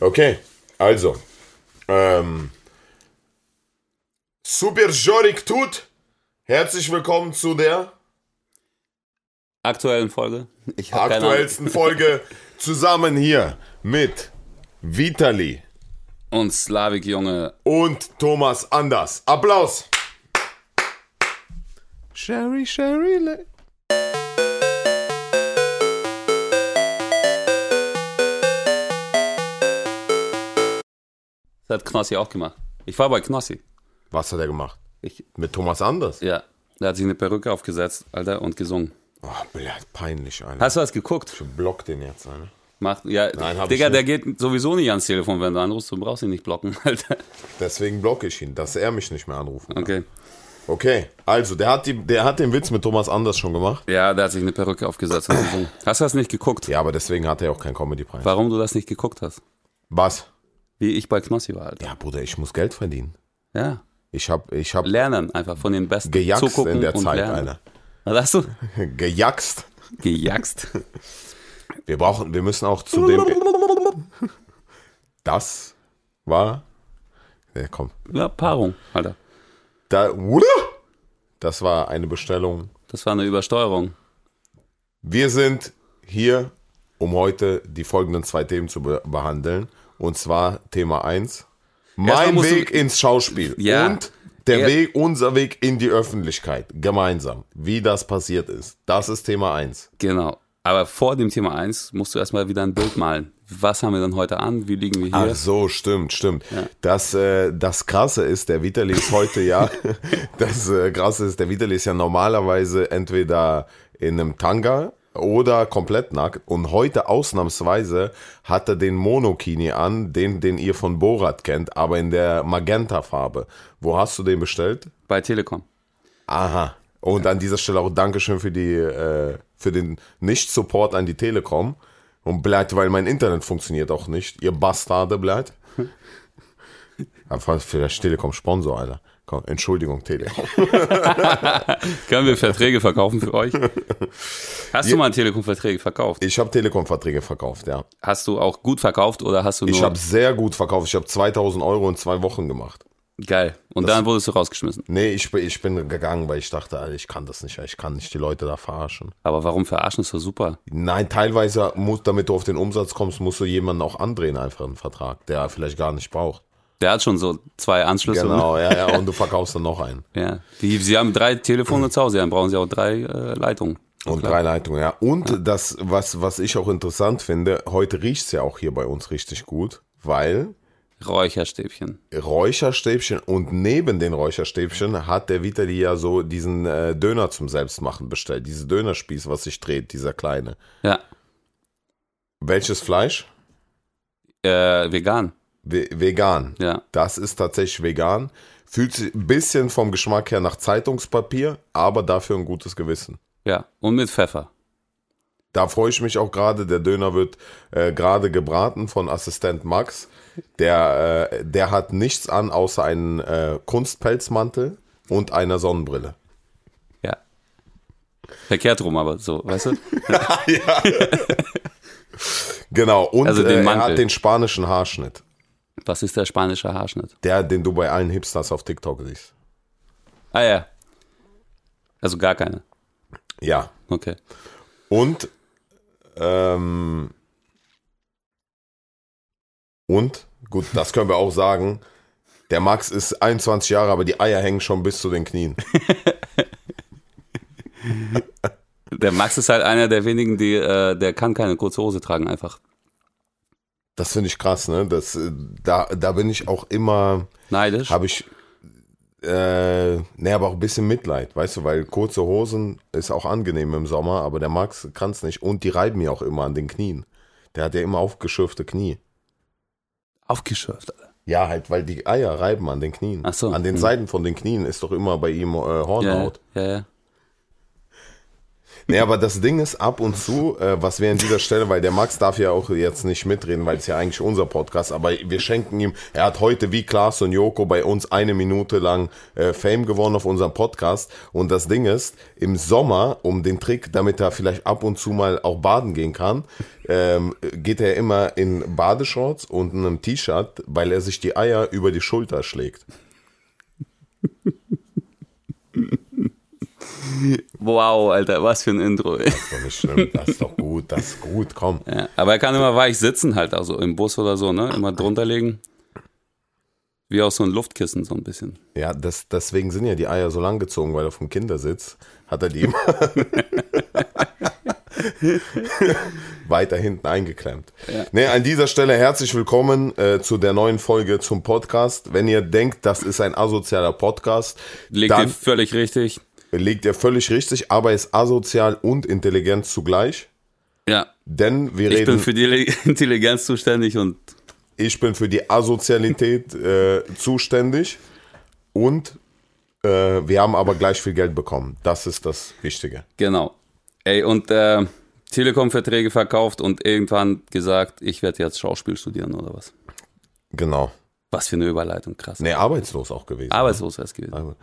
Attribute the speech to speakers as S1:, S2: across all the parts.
S1: Okay, also. Ähm, Super Jorik tut. Herzlich willkommen zu der
S2: Aktuellen Folge. Ich hab keine Ahnung.
S1: aktuellsten Folge zusammen hier mit Vitali
S2: Und Slavik Junge.
S1: und Thomas Anders. Applaus! Sherry, Sherry. Le-
S2: Das hat Knossi auch gemacht. Ich war bei Knossi.
S1: Was hat er gemacht?
S2: Ich,
S1: Mit Thomas Anders?
S2: ja. Der hat sich eine Perücke aufgesetzt, Alter, und gesungen.
S1: Oh, blöd, peinlich, Alter.
S2: Hast du das geguckt?
S1: Ich block den jetzt, Alter.
S2: Macht, ja,
S1: Nein, hab
S2: Digga,
S1: ich
S2: der geht sowieso nicht ans Telefon, wenn du anrufst. Du brauchst ihn nicht blocken, Alter.
S1: Deswegen blocke ich ihn, dass er mich nicht mehr anrufen kann.
S2: Okay.
S1: Okay, also der hat, die, der hat den Witz mit Thomas Anders schon gemacht.
S2: Ja, der hat sich eine Perücke aufgesetzt und gesungen. Hast du das nicht geguckt?
S1: Ja, aber deswegen hat er auch keinen Comedy-Preis.
S2: Warum du das nicht geguckt hast?
S1: Was?
S2: Wie ich bei Knossi war, Alter.
S1: Ja, Bruder, ich muss Geld verdienen.
S2: Ja.
S1: Ich hab, ich hab
S2: Lernen einfach von den Besten.
S1: gejaxt
S2: Zugucken
S1: in der
S2: und
S1: Zeit,
S2: lernen.
S1: Alter.
S2: Was hast du?
S1: Gejaxt.
S2: Gejaxt?
S1: Wir brauchen, wir müssen auch zu dem. Das war. Ja, komm.
S2: Ja, Paarung, Alter.
S1: Da, das war eine Bestellung.
S2: Das war eine Übersteuerung.
S1: Wir sind hier, um heute die folgenden zwei Themen zu be behandeln. Und zwar Thema 1.
S2: Erstmal
S1: Mein
S2: musst du-
S1: Weg ins Schauspiel.
S2: Ja.
S1: Und der
S2: Er-
S1: Weg, unser Weg in die Öffentlichkeit. Gemeinsam. Wie das passiert ist. Das ist Thema 1.
S2: Genau. Aber vor dem Thema 1 musst du erstmal wieder ein Bild malen. Was haben wir denn heute an? Wie liegen wir hier?
S1: Ach so, stimmt, stimmt. Das, äh, das Krasse ist, der Vitali ist heute ja, das äh, Krasse ist, der Vitali ist ja normalerweise entweder in einem Tanga oder komplett nackt. Und heute ausnahmsweise hat er den Monokini an, den, den ihr von Borat kennt, aber in der Magenta-Farbe. Wo hast du den bestellt?
S2: Bei Telekom.
S1: Aha. Und an dieser Stelle auch Dankeschön für die äh, für den Nicht-Support an die Telekom. Und bleibt, weil mein Internet funktioniert auch nicht. Ihr Bastarde bleibt. Aber vielleicht Telekom-Sponsor, Alter. Komm, Entschuldigung, Telekom.
S2: Können wir Verträge verkaufen für euch? Hast du mal Telekom-Verträge verkauft?
S1: Ich habe Telekom-Verträge verkauft, ja.
S2: Hast du auch gut verkauft oder hast du nur...
S1: Ich habe sehr gut verkauft. Ich habe 2000 Euro in zwei Wochen gemacht.
S2: Geil. Und dann wurdest du rausgeschmissen.
S1: Nee, ich, bin- ich bin gegangen, weil ich dachte, Alter, ich kann das nicht. Ich kann nicht die Leute da verarschen.
S2: Aber warum verarschen? Ist doch super.
S1: Nein, teilweise, muss, damit du auf den Umsatz kommst, musst du jemanden auch andrehen, einfach einen Vertrag, der vielleicht gar nicht braucht.
S2: Der hat schon so zwei Anschlüsse. ne?
S1: Genau, ja, ja, und du verkaufst dann noch einen.
S2: Ja. Die, sie haben drei Telefone zu Hause, dann brauchen sie auch drei äh, Leitungen.
S1: Und drei Leitungen, ja. Und das, was, was ich auch interessant finde, heute riecht's ja auch hier bei uns richtig gut, weil
S2: Räucherstäbchen.
S1: Räucherstäbchen und neben den Räucherstäbchen hat der Vitali ja so diesen äh, Döner zum Selbstmachen bestellt. Dieses Dönerspieß, was sich dreht, dieser kleine.
S2: Ja.
S1: Welches Fleisch?
S2: Äh, vegan.
S1: We vegan.
S2: Ja.
S1: Das ist tatsächlich vegan. Fühlt sich ein bisschen vom Geschmack her nach Zeitungspapier, aber dafür ein gutes Gewissen.
S2: Ja. Und mit Pfeffer.
S1: Da freue ich mich auch gerade. Der Döner wird äh, gerade gebraten von Assistent Max. Der, äh, der hat nichts an außer einen äh, Kunstpelzmantel und einer Sonnenbrille.
S2: Ja. Verkehrt rum, aber so, weißt du?
S1: Genau, und
S2: Also den
S1: äh, er
S2: Mantel.
S1: hat den spanischen Haarschnitt,
S2: Was ist der spanische Haarschnitt?
S1: der, den du bei allen Hipsters auf TikTok siehst.
S2: Ah ja. Also gar keine.
S1: Ja,
S2: Okay.
S1: Und ähm, und gut, das können wir auch sagen. Der Max ist 21 Jahre, aber die Eier hängen schon bis zu den Knien.
S2: Der Max ist halt einer der wenigen, die, äh, der kann keine kurze Hose tragen einfach.
S1: Das finde ich krass, ne? Das, äh, da, da bin ich auch immer,
S2: Neidisch.
S1: habe ich, äh, ne, aber auch ein bisschen Mitleid, weißt du, weil kurze Hosen ist auch angenehm im Sommer, aber der Max kann es nicht. Und die reiben ja auch immer an den Knien. Der hat ja immer aufgeschürfte Knie.
S2: Aufgeschürft. Alter.
S1: Ja, halt, weil die Eier reiben an den Knien.
S2: Ach so.
S1: An den
S2: Mhm.
S1: Seiten von den Knien ist doch immer bei ihm äh,
S2: Ja,
S1: Hornhaut.
S2: ja, ja.
S1: Nee, aber das Ding ist ab und zu, äh, was wir an dieser Stelle, weil der Max darf ja auch jetzt nicht mitreden, weil es ja eigentlich unser Podcast, aber wir schenken ihm, er hat heute wie Klaas und Joko bei uns eine Minute lang äh, Fame gewonnen auf unserem Podcast. Und das Ding ist, im Sommer, um den Trick, damit er vielleicht ab und zu mal auch baden gehen kann, ähm, geht er immer in Badeshorts und einem T-Shirt, weil er sich die Eier über die Schulter schlägt.
S2: Wow, Alter, was für ein Intro. ey.
S1: Doch nicht schlimm, das ist doch gut, das ist gut, komm.
S2: Ja, aber er kann immer weich sitzen halt, also im Bus oder so, ne? Immer drunter legen. Wie aus so einem Luftkissen so ein bisschen.
S1: Ja, das, deswegen sind ja die Eier so lang gezogen, weil er vom Kindersitz hat er die immer weiter hinten eingeklemmt. Nee, an dieser Stelle herzlich willkommen äh, zu der neuen Folge zum Podcast. Wenn ihr denkt, das ist ein asozialer Podcast,
S2: Legt ihr
S1: dann
S2: völlig richtig.
S1: liegt ihr völlig richtig, aber ist asozial und intelligent zugleich.
S2: Ja,
S1: Denn wir
S2: ich
S1: reden,
S2: bin für die Le- Intelligenz zuständig und
S1: ich bin für die Asozialität äh, zuständig und äh, wir haben aber gleich viel Geld bekommen. Das ist das Wichtige.
S2: genau. Ey, und äh, Telekom-Verträge verkauft und irgendwann gesagt, ich werde jetzt Schauspiel studieren oder was.
S1: Genau.
S2: Was für eine Überleitung, krass.
S1: Nee, arbeitslos auch gewesen.
S2: Arbeitslos wär's gewesen.
S1: Arbe-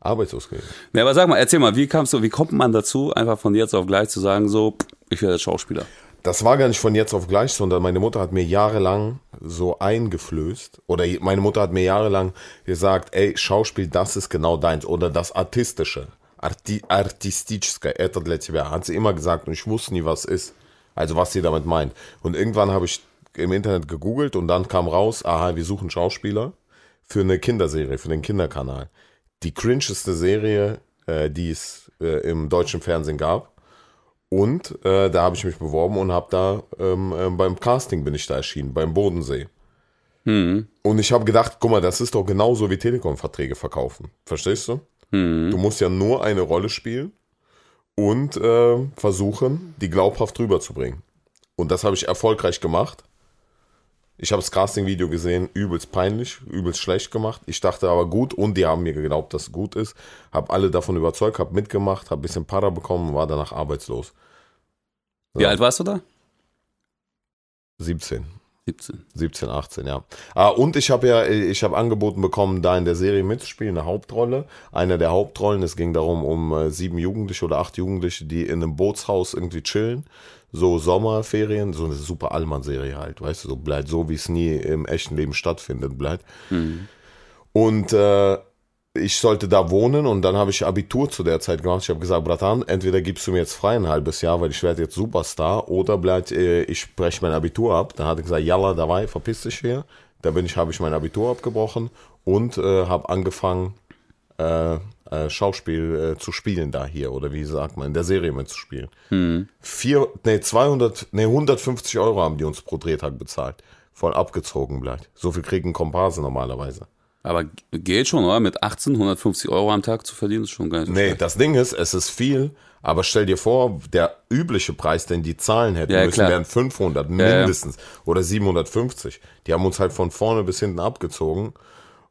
S1: arbeitslos gewesen.
S2: Ne, aber sag mal, erzähl mal, wie kamst du, wie kommt man dazu, einfach von jetzt auf gleich zu sagen, so, ich werde Schauspieler?
S1: Das war gar nicht von jetzt auf gleich, sondern meine Mutter hat mir jahrelang so eingeflößt oder meine Mutter hat mir jahrelang gesagt, ey, Schauspiel, das ist genau deins oder das Artistische, Arti Artistische, это для тебя, hat sie immer gesagt und ich wusste nie, was ist, also was sie damit meint. Und irgendwann habe ich im Internet gegoogelt und dann kam raus, aha, wir suchen Schauspieler für eine Kinderserie, für den Kinderkanal. Die cringeste Serie, äh, die es äh, im deutschen Fernsehen gab. Und äh, da habe ich mich beworben und habe da ähm, ähm, beim Casting bin ich da erschienen, beim Bodensee. Und ich habe gedacht, guck mal, das ist doch genauso wie Telekom-Verträge verkaufen. Verstehst du?
S2: Hm.
S1: Du musst ja nur eine Rolle spielen und äh, versuchen, die glaubhaft rüberzubringen. Und das habe ich erfolgreich gemacht. Ich habe das Casting-Video gesehen, übelst peinlich, übelst schlecht gemacht. Ich dachte aber gut und die haben mir geglaubt, dass es gut ist. Habe alle davon überzeugt, habe mitgemacht, habe ein bisschen Para bekommen und war danach arbeitslos.
S2: Wie alt warst du da?
S1: 17.
S2: 17.
S1: 17, 18, ja. Ah, und ich habe ja, äh, ich habe angeboten bekommen, da in der Serie mitzuspielen, eine Hauptrolle. Einer der Hauptrollen, es ging darum, um äh, sieben Jugendliche oder acht Jugendliche, die in einem Bootshaus irgendwie chillen. So Sommerferien, so eine super Allmann-Serie halt, weißt du, so bleibt so, wie es nie im echten Leben stattfindet, bleibt. Und äh, ich sollte da wohnen und dann habe ich Abitur zu der Zeit gemacht. Ich habe gesagt, Bratan, entweder gibst du mir jetzt frei ein halbes Jahr, weil ich werde jetzt Superstar, oder bleibt, äh, ich breche mein Abitur ab. Dann hat er gesagt, Jalla, dabei, verpiss dich hier. Da bin ich, habe ich mein Abitur abgebrochen und äh, habe angefangen, äh, äh, Schauspiel äh, zu spielen da hier, oder wie sagt man, in der Serie mitzuspielen. Vier, nee, 200, nee, 150 Euro haben die uns pro Drehtag bezahlt. Voll abgezogen bleibt. So viel kriegen Komparse normalerweise.
S2: Aber g- geht schon, oder? Mit 18, 150 Euro am Tag zu verdienen, ist schon geil.
S1: Nee, das Ding ist, es ist viel, aber stell dir vor, der übliche Preis, den die zahlen hätten
S2: Ja,
S1: müssen,
S2: klar.
S1: wären 500
S2: ja.
S1: mindestens oder 750. Die haben uns halt von vorne bis hinten abgezogen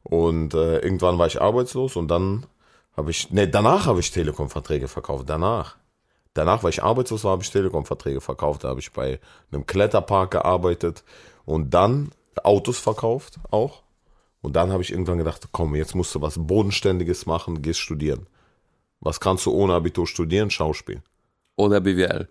S1: und äh, irgendwann war ich arbeitslos und dann habe ich, nee, danach habe ich Telekom-Verträge verkauft, danach. Danach, weil ich arbeitslos war, habe ich Telekom-Verträge verkauft. Da habe ich bei einem Kletterpark gearbeitet und dann Autos verkauft auch. Und dann habe ich irgendwann gedacht, komm, jetzt musst du was Bodenständiges machen, gehst studieren. Was kannst du ohne Abitur studieren? Schauspiel.
S2: Oder BWL.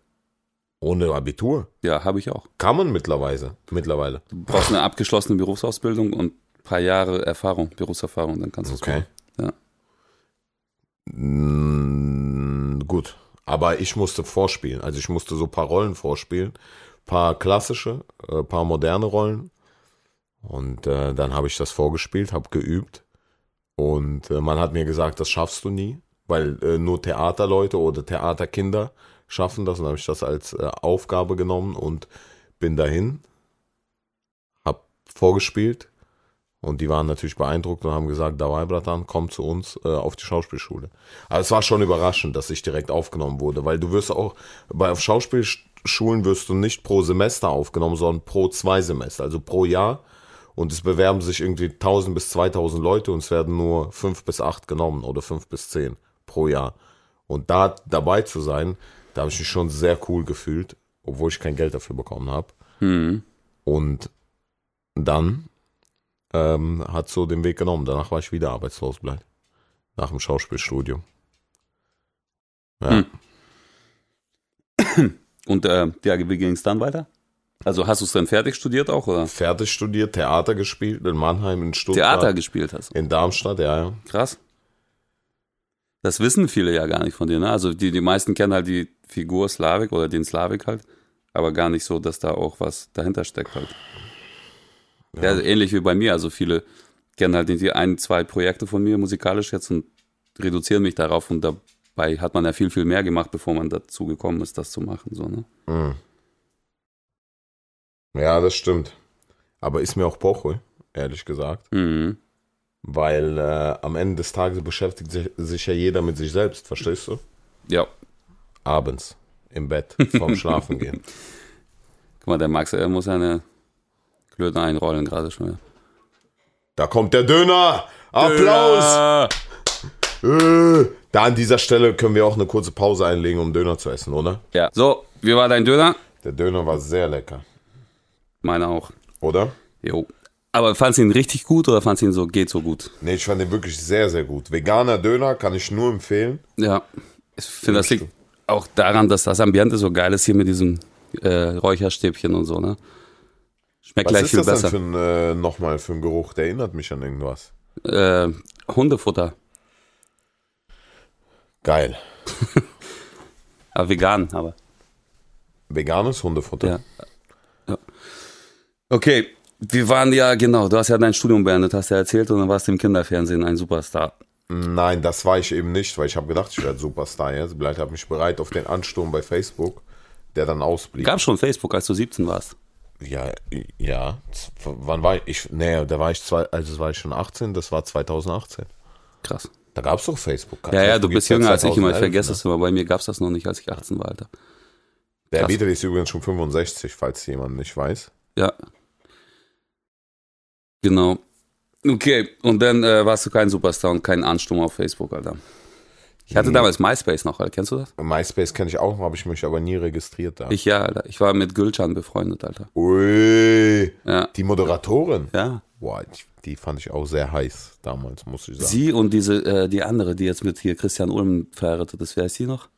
S1: Ohne Abitur?
S2: Ja, habe ich auch.
S1: Kann man mittlerweile. Mittlerweile.
S2: Du brauchst eine abgeschlossene Berufsausbildung und ein paar Jahre Erfahrung, Berufserfahrung, dann kannst du es
S1: Okay.
S2: machen. Ja.
S1: Mm, gut. Aber ich musste vorspielen. Also ich musste so ein paar Rollen vorspielen. Paar klassische, äh, paar moderne Rollen. Und äh, dann habe ich das vorgespielt, habe geübt. Und äh, man hat mir gesagt, das schaffst du nie, weil äh, nur Theaterleute oder Theaterkinder schaffen das. Und habe ich das als äh, Aufgabe genommen und bin dahin, habe vorgespielt. Und die waren natürlich beeindruckt und haben gesagt, dabei, Bratan, komm zu uns äh, auf die Schauspielschule. Aber es war schon überraschend, dass ich direkt aufgenommen wurde, weil du wirst auch, bei auf Schauspielschulen wirst du nicht pro Semester aufgenommen, sondern pro zwei Semester, also pro Jahr. Und es bewerben sich irgendwie 1000 bis 2000 Leute und es werden nur fünf bis acht genommen oder fünf bis zehn pro Jahr. Und da dabei zu sein, Da habe ich mich schon sehr cool gefühlt, obwohl ich kein Geld dafür bekommen habe.
S2: Mhm.
S1: Und dann ähm, hat so den Weg genommen. Danach war ich wieder arbeitslos bleibt. Nach dem Schauspielstudium. Ja.
S2: Hm. Und äh, ja, wie ging es dann weiter? Also hast du es dann fertig studiert auch, oder?
S1: Fertig studiert, Theater gespielt in Mannheim, in Stuttgart.
S2: Theater gespielt hast.
S1: In Darmstadt, ja, ja.
S2: Krass. Das wissen viele ja gar nicht von dir, ne? Also die, die meisten kennen halt die Figur Slavik oder den Slavik halt, aber gar nicht so, dass da auch was dahinter steckt halt. Ja. ähnlich wie bei mir. Also viele kennen halt die ein, zwei Projekte von mir musikalisch jetzt und reduzieren mich darauf und dabei hat man ja viel, viel mehr gemacht, bevor man dazu gekommen ist, das zu machen. So, ne?
S1: Hm. Ja, das stimmt. Aber ist mir auch Poche, ehrlich gesagt.
S2: mhm.
S1: Weil äh, am Ende des Tages beschäftigt sich, sich ja jeder mit sich selbst, verstehst du?
S2: Ja.
S1: Abends im Bett vorm Schlafen gehen.
S2: Guck mal, der Max, er muss seine Klöten einrollen gerade schon. wieder.
S1: Da kommt der Döner! Applaus!
S2: Ja.
S1: Äh, Da an dieser Stelle können wir auch eine kurze Pause einlegen, um Döner zu essen, oder?
S2: Ja. So, wie war dein Döner?
S1: Der Döner war sehr lecker,
S2: Meiner auch.
S1: oder?
S2: Jo. Aber fandst du ihn richtig gut oder fandst du ihn so, geht so gut?
S1: Nee, ich fand den wirklich sehr, sehr gut. Veganer Döner kann ich nur empfehlen.
S2: Ja. Ich finde, das liegt auch daran, dass das Ambiente so geil ist hier mit diesem äh, Räucherstäbchen und so, ne? Schmeckt
S1: Was
S2: gleich
S1: ist
S2: viel
S1: das
S2: besser.
S1: denn für ein, äh, nochmal für ein Geruch? Der erinnert mich an irgendwas.
S2: Äh, Hundefutter.
S1: Geil.
S2: Aber Ah, vegan, aber.
S1: Veganes Hundefutter.
S2: Ja. ja. Okay, wir waren ja, genau, du hast ja dein Studium beendet, hast ja erzählt, und dann warst du im Kinderfernsehen ein Superstar.
S1: Nein, das war ich eben nicht, weil ich habe gedacht, ich werde Superstar jetzt. Bleibt habe mich bereit auf den Ansturm bei Facebook, der dann ausblieb.
S2: Gab schon Facebook, als du 17 warst.
S1: Ja, ja. Z- Wann war ich? ich nee, da war ich zwei, also das war ich schon 18, das war 2018.
S2: Krass.
S1: Da gab es doch Facebook.
S2: Ja, ja, du
S1: Facebook
S2: bist
S1: gibt's
S2: jünger
S1: seit
S2: als ich immer, ich
S1: 2011,
S2: vergesse
S1: ne?
S2: es immer. Bei mir gab es das noch nicht, als ich 18 war, Alter.
S1: Der
S2: Krass.
S1: Beatle ist übrigens schon 65, falls jemand nicht weiß.
S2: Ja. Genau. Okay, und dann äh, warst du kein Superstar und kein Ansturm auf Facebook, Alter. Ich hatte
S1: Hm.
S2: damals MySpace noch, Alter. Kennst du das?
S1: MySpace kenne ich auch, habe ich mich aber nie registriert da.
S2: Ich ja, Alter. Ich war mit Gülcan befreundet, Alter.
S1: Ui,
S2: Ja.
S1: die Moderatorin.
S2: Ja.
S1: Boah, ich, die fand ich auch sehr heiß damals, muss ich sagen.
S2: Sie und diese, äh, die andere, die jetzt mit hier Christian Ulm verheiratet ist, wer ist die noch?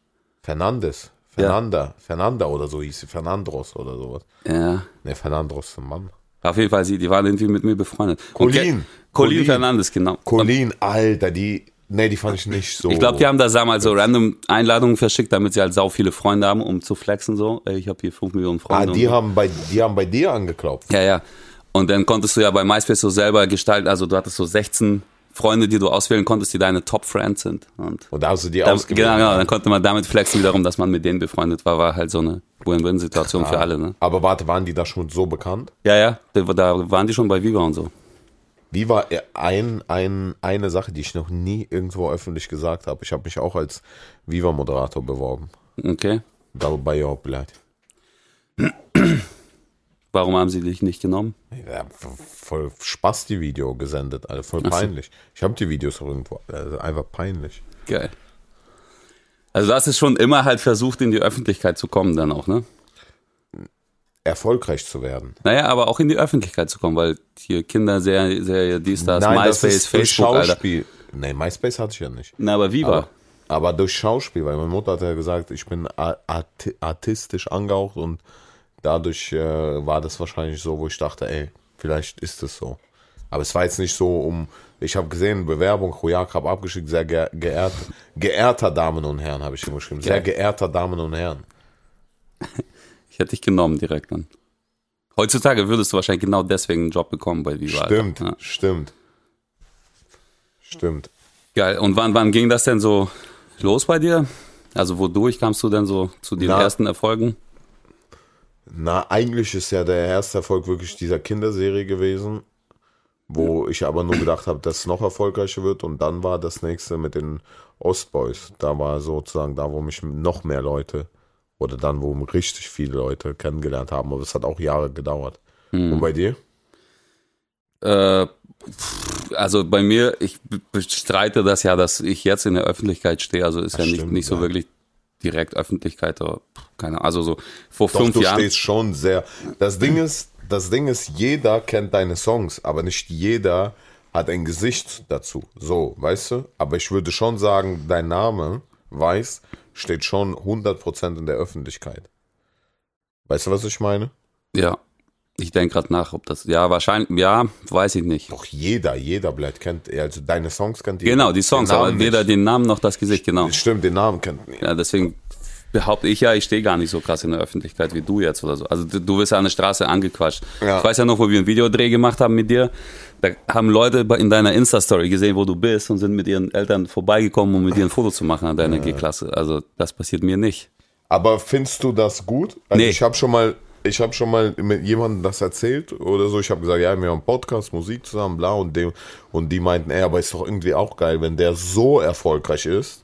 S1: Fernandes. Fernanda. Fernanda oder so hieß sie. Fernandros oder sowas.
S2: Ja.
S1: Ne, Fernandros ist ein Mann.
S2: Auf jeden Fall sie, die waren irgendwie mit mir befreundet. Und
S1: Colin.
S2: Ke-
S1: Colin.
S2: Colin Fernandes, genau.
S1: Colleen, Alter, die. Nee, die fand ich nicht so.
S2: Ich glaube, die haben da damals so random Einladungen verschickt, damit sie halt sau viele Freunde haben, um zu flexen so. Ey, Ich habe hier 5 Millionen
S1: Ah,
S2: Freunde. und
S1: die
S2: so.
S1: haben bei, die haben bei dir angeklopft.
S2: Ja, ja. Und dann konntest du ja bei MySpace so selber gestalten, also du hattest so 16 Freunde, die du auswählen konntest, die deine Top-Friends sind. Und
S1: Und da hast du die
S2: dann, genau,
S1: ausgewählt.
S2: genau, dann konnte man damit flexen wiederum, dass man mit denen befreundet war, war halt so eine Win-Win-Situation für alle, ne?
S1: Aber warte, waren die da schon so bekannt?
S2: Ja, ja, da, da waren die schon bei Viva und so.
S1: Wie war äh, ein, ein, eine Sache, die ich noch nie irgendwo öffentlich gesagt habe? Ich habe mich auch als Viva-Moderator beworben.
S2: Okay.
S1: Dabei auch bleibt.
S2: Warum haben sie dich nicht genommen?
S1: Ja, v- voll Spaß die Video gesendet, also voll peinlich. Ich habe die Videos auch irgendwo, also einfach peinlich.
S2: Geil. Also das ist schon immer halt versucht, in die Öffentlichkeit zu kommen dann auch, ne?
S1: Erfolgreich zu werden.
S2: Naja, aber auch in die Öffentlichkeit zu kommen, weil hier Kinderserie, Serie, dies, das, MySpace,
S1: durch
S2: Facebook, Alter.
S1: Schauspiel. Nee, MySpace hatte ich ja nicht.
S2: Na, aber Viva.
S1: Aber, aber durch Schauspiel, weil meine Mutter hat ja gesagt, ich bin a- arti- artistisch angehaucht und dadurch äh, war das wahrscheinlich so, wo ich dachte, ey, vielleicht ist es so. Aber es war jetzt nicht so, um, ich habe gesehen, Bewerbung, Royak habe abgeschickt, sehr ge geehrt, geehrter Damen und Herren, habe ich ihm geschrieben. Sehr geehrter Damen und Herren.
S2: Ich hätte dich genommen direkt dann. Heutzutage würdest du wahrscheinlich genau deswegen einen Job bekommen bei Viva. Alter.
S1: Stimmt,
S2: Ja.
S1: stimmt. Stimmt.
S2: Geil. Und wann, wann ging das denn so los bei dir? Also wodurch kamst du denn so zu den
S1: Na.
S2: ersten Erfolgen?
S1: Na, eigentlich ist ja der erste Erfolg wirklich dieser Kinderserie gewesen, wo ich aber nur gedacht habe, dass es noch erfolgreicher wird. Und dann war das nächste mit den Ostboys. Da war sozusagen da, wo mich noch mehr Leute oder dann, wo mich richtig viele Leute kennengelernt haben. Aber es hat auch Jahre gedauert. Und bei dir?
S2: Äh, pff, also bei mir, ich be- bestreite das ja, dass ich jetzt in der Öffentlichkeit stehe. Also ist ja nicht,
S1: stimmt,
S2: nicht so
S1: ja.
S2: wirklich direkt Öffentlichkeit, aber keine Ahnung, also so vor
S1: Doch,
S2: fünf
S1: du
S2: Jahren.
S1: stehst schon sehr. Das Ding ist, das Ding ist, jeder kennt deine Songs, aber nicht jeder hat ein Gesicht dazu. So, weißt du? Aber ich würde schon sagen, dein Name, Weiß, steht schon 100% in der Öffentlichkeit. Weißt du, was ich meine?
S2: Ja. Ich denke gerade nach, ob das. Ja, wahrscheinlich, ja, weiß ich nicht.
S1: Doch jeder, jeder bleibt kennt, also deine Songs kennt jeder.
S2: Genau, die Songs,
S1: Den Namen
S2: aber weder
S1: nicht.
S2: den Namen noch das Gesicht, genau.
S1: Stimmt, den Namen kennt nie.
S2: Ja, deswegen behaupte ich ja, ich stehe gar nicht so krass in der Öffentlichkeit wie du jetzt oder so. Also du, du wirst ja an der Straße angequatscht.
S1: Ja.
S2: Ich weiß ja noch, wo wir einen Videodreh gemacht haben mit dir. Da haben Leute bei- in deiner Insta-Story gesehen, wo du bist und sind mit ihren Eltern vorbeigekommen, um mit dir ein Foto zu machen an deiner G-Klasse. Also das passiert mir nicht.
S1: Aber findest du das gut? Also
S2: Nee.
S1: ich habe schon mal, ich habe schon mal mit jemandem das erzählt oder so. Ich habe gesagt, ja, wir haben Podcast, Musik zusammen, bla und dem und die meinten, ey, aber ist doch irgendwie auch geil, wenn der so erfolgreich ist.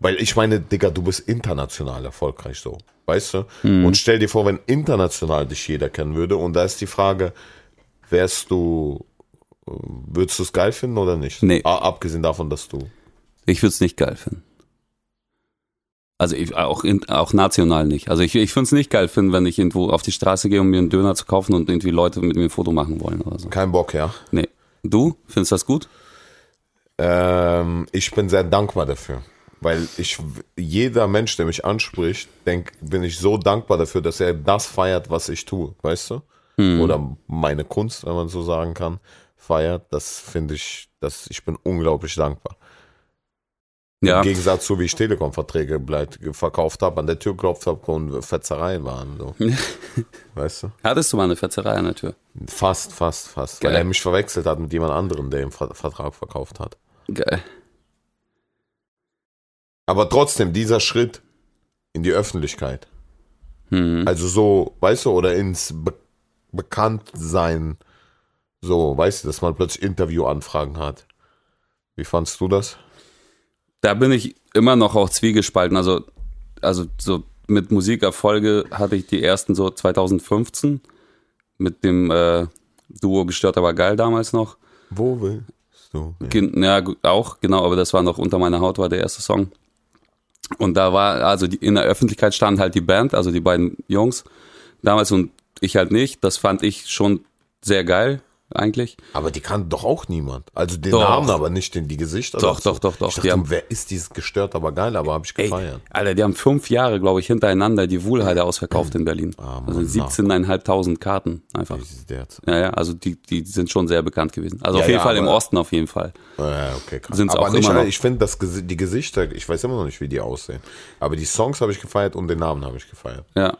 S1: Weil ich meine, Digga, du bist international erfolgreich so, weißt du?
S2: Mhm.
S1: Und stell dir vor, wenn international dich jeder kennen würde und da ist die Frage, wärst du, äh, würdest du es geil finden oder nicht?
S2: Nee.
S1: A- Abgesehen davon, dass du
S2: Ich würde es nicht geil finden. Also ich, auch, in, auch national nicht. Also ich, ich würde es nicht geil finden, wenn ich irgendwo auf die Straße gehe, um mir einen Döner zu kaufen und irgendwie Leute mit mir ein Foto machen wollen oder so.
S1: kein Bock, ja?
S2: Nee. Du? Findest du das gut?
S1: Ähm, ich bin sehr dankbar dafür. Weil ich, jeder Mensch, der mich anspricht, denk, bin ich so dankbar dafür, dass er das feiert, was ich tue, weißt du? Oder meine Kunst, wenn man so sagen kann, feiert. Das finde ich, das, ich bin unglaublich dankbar. Im Gegensatz zu, wie ich Telekom-Verträge bleibt- verkauft habe, an der Tür geklopft habe und Fetzereien waren. So. weißt du?
S2: Hattest du mal eine Fetzerei an der Tür?
S1: Fast, fast, fast. Weil
S2: Geil.
S1: er mich verwechselt hat mit jemand anderem, der im Ver- Vertrag verkauft hat.
S2: Geil.
S1: Aber trotzdem, dieser Schritt in die Öffentlichkeit.
S2: Hm.
S1: Also so, weißt du, oder ins Be Bekanntsein. So, weißt du, dass man plötzlich Interviewanfragen hat. Wie fandst du das?
S2: Da bin ich immer noch auch zwiegespalten. Also, also so mit Musikerfolge hatte ich die ersten so 2015 mit dem äh, Duo Gestört aber geil damals noch.
S1: Wo willst du? hin?
S2: Gen ja, gut, auch, genau, aber das war noch unter meiner Haut, war der erste Song. Und da war, also die, in der Öffentlichkeit stand halt die Band, also die beiden Jungs damals und ich halt nicht. Das fand ich schon sehr geil, eigentlich.
S1: Aber die kann doch auch niemand. Also den
S2: Doch.
S1: Namen, aber nicht den, die Gesichter.
S2: Doch,
S1: dazu.
S2: doch, doch, doch.
S1: Ich
S2: Die
S1: dachte,
S2: haben-
S1: wer ist dieses gestört, aber geil, aber habe ich
S2: Ey,
S1: gefeiert.
S2: Alter, die haben fünf Jahre, glaube ich, hintereinander die Wohlheide ausverkauft in Berlin.
S1: Ah, Mann,
S2: also 17.500 Karten einfach.
S1: Dieses Derz.
S2: Ja, ja, also die, die sind schon sehr bekannt gewesen. Also
S1: Ja,
S2: auf jeden
S1: ja,
S2: Fall im
S1: aber-
S2: Osten auf jeden Fall.
S1: Äh, okay, krass.
S2: Sind's
S1: aber
S2: auch
S1: nicht
S2: immer
S1: alle.
S2: noch.
S1: Ich finde, die Gesichter, ich weiß immer noch nicht, wie die aussehen. Aber die Songs habe ich gefeiert und den Namen habe ich gefeiert.
S2: Ja.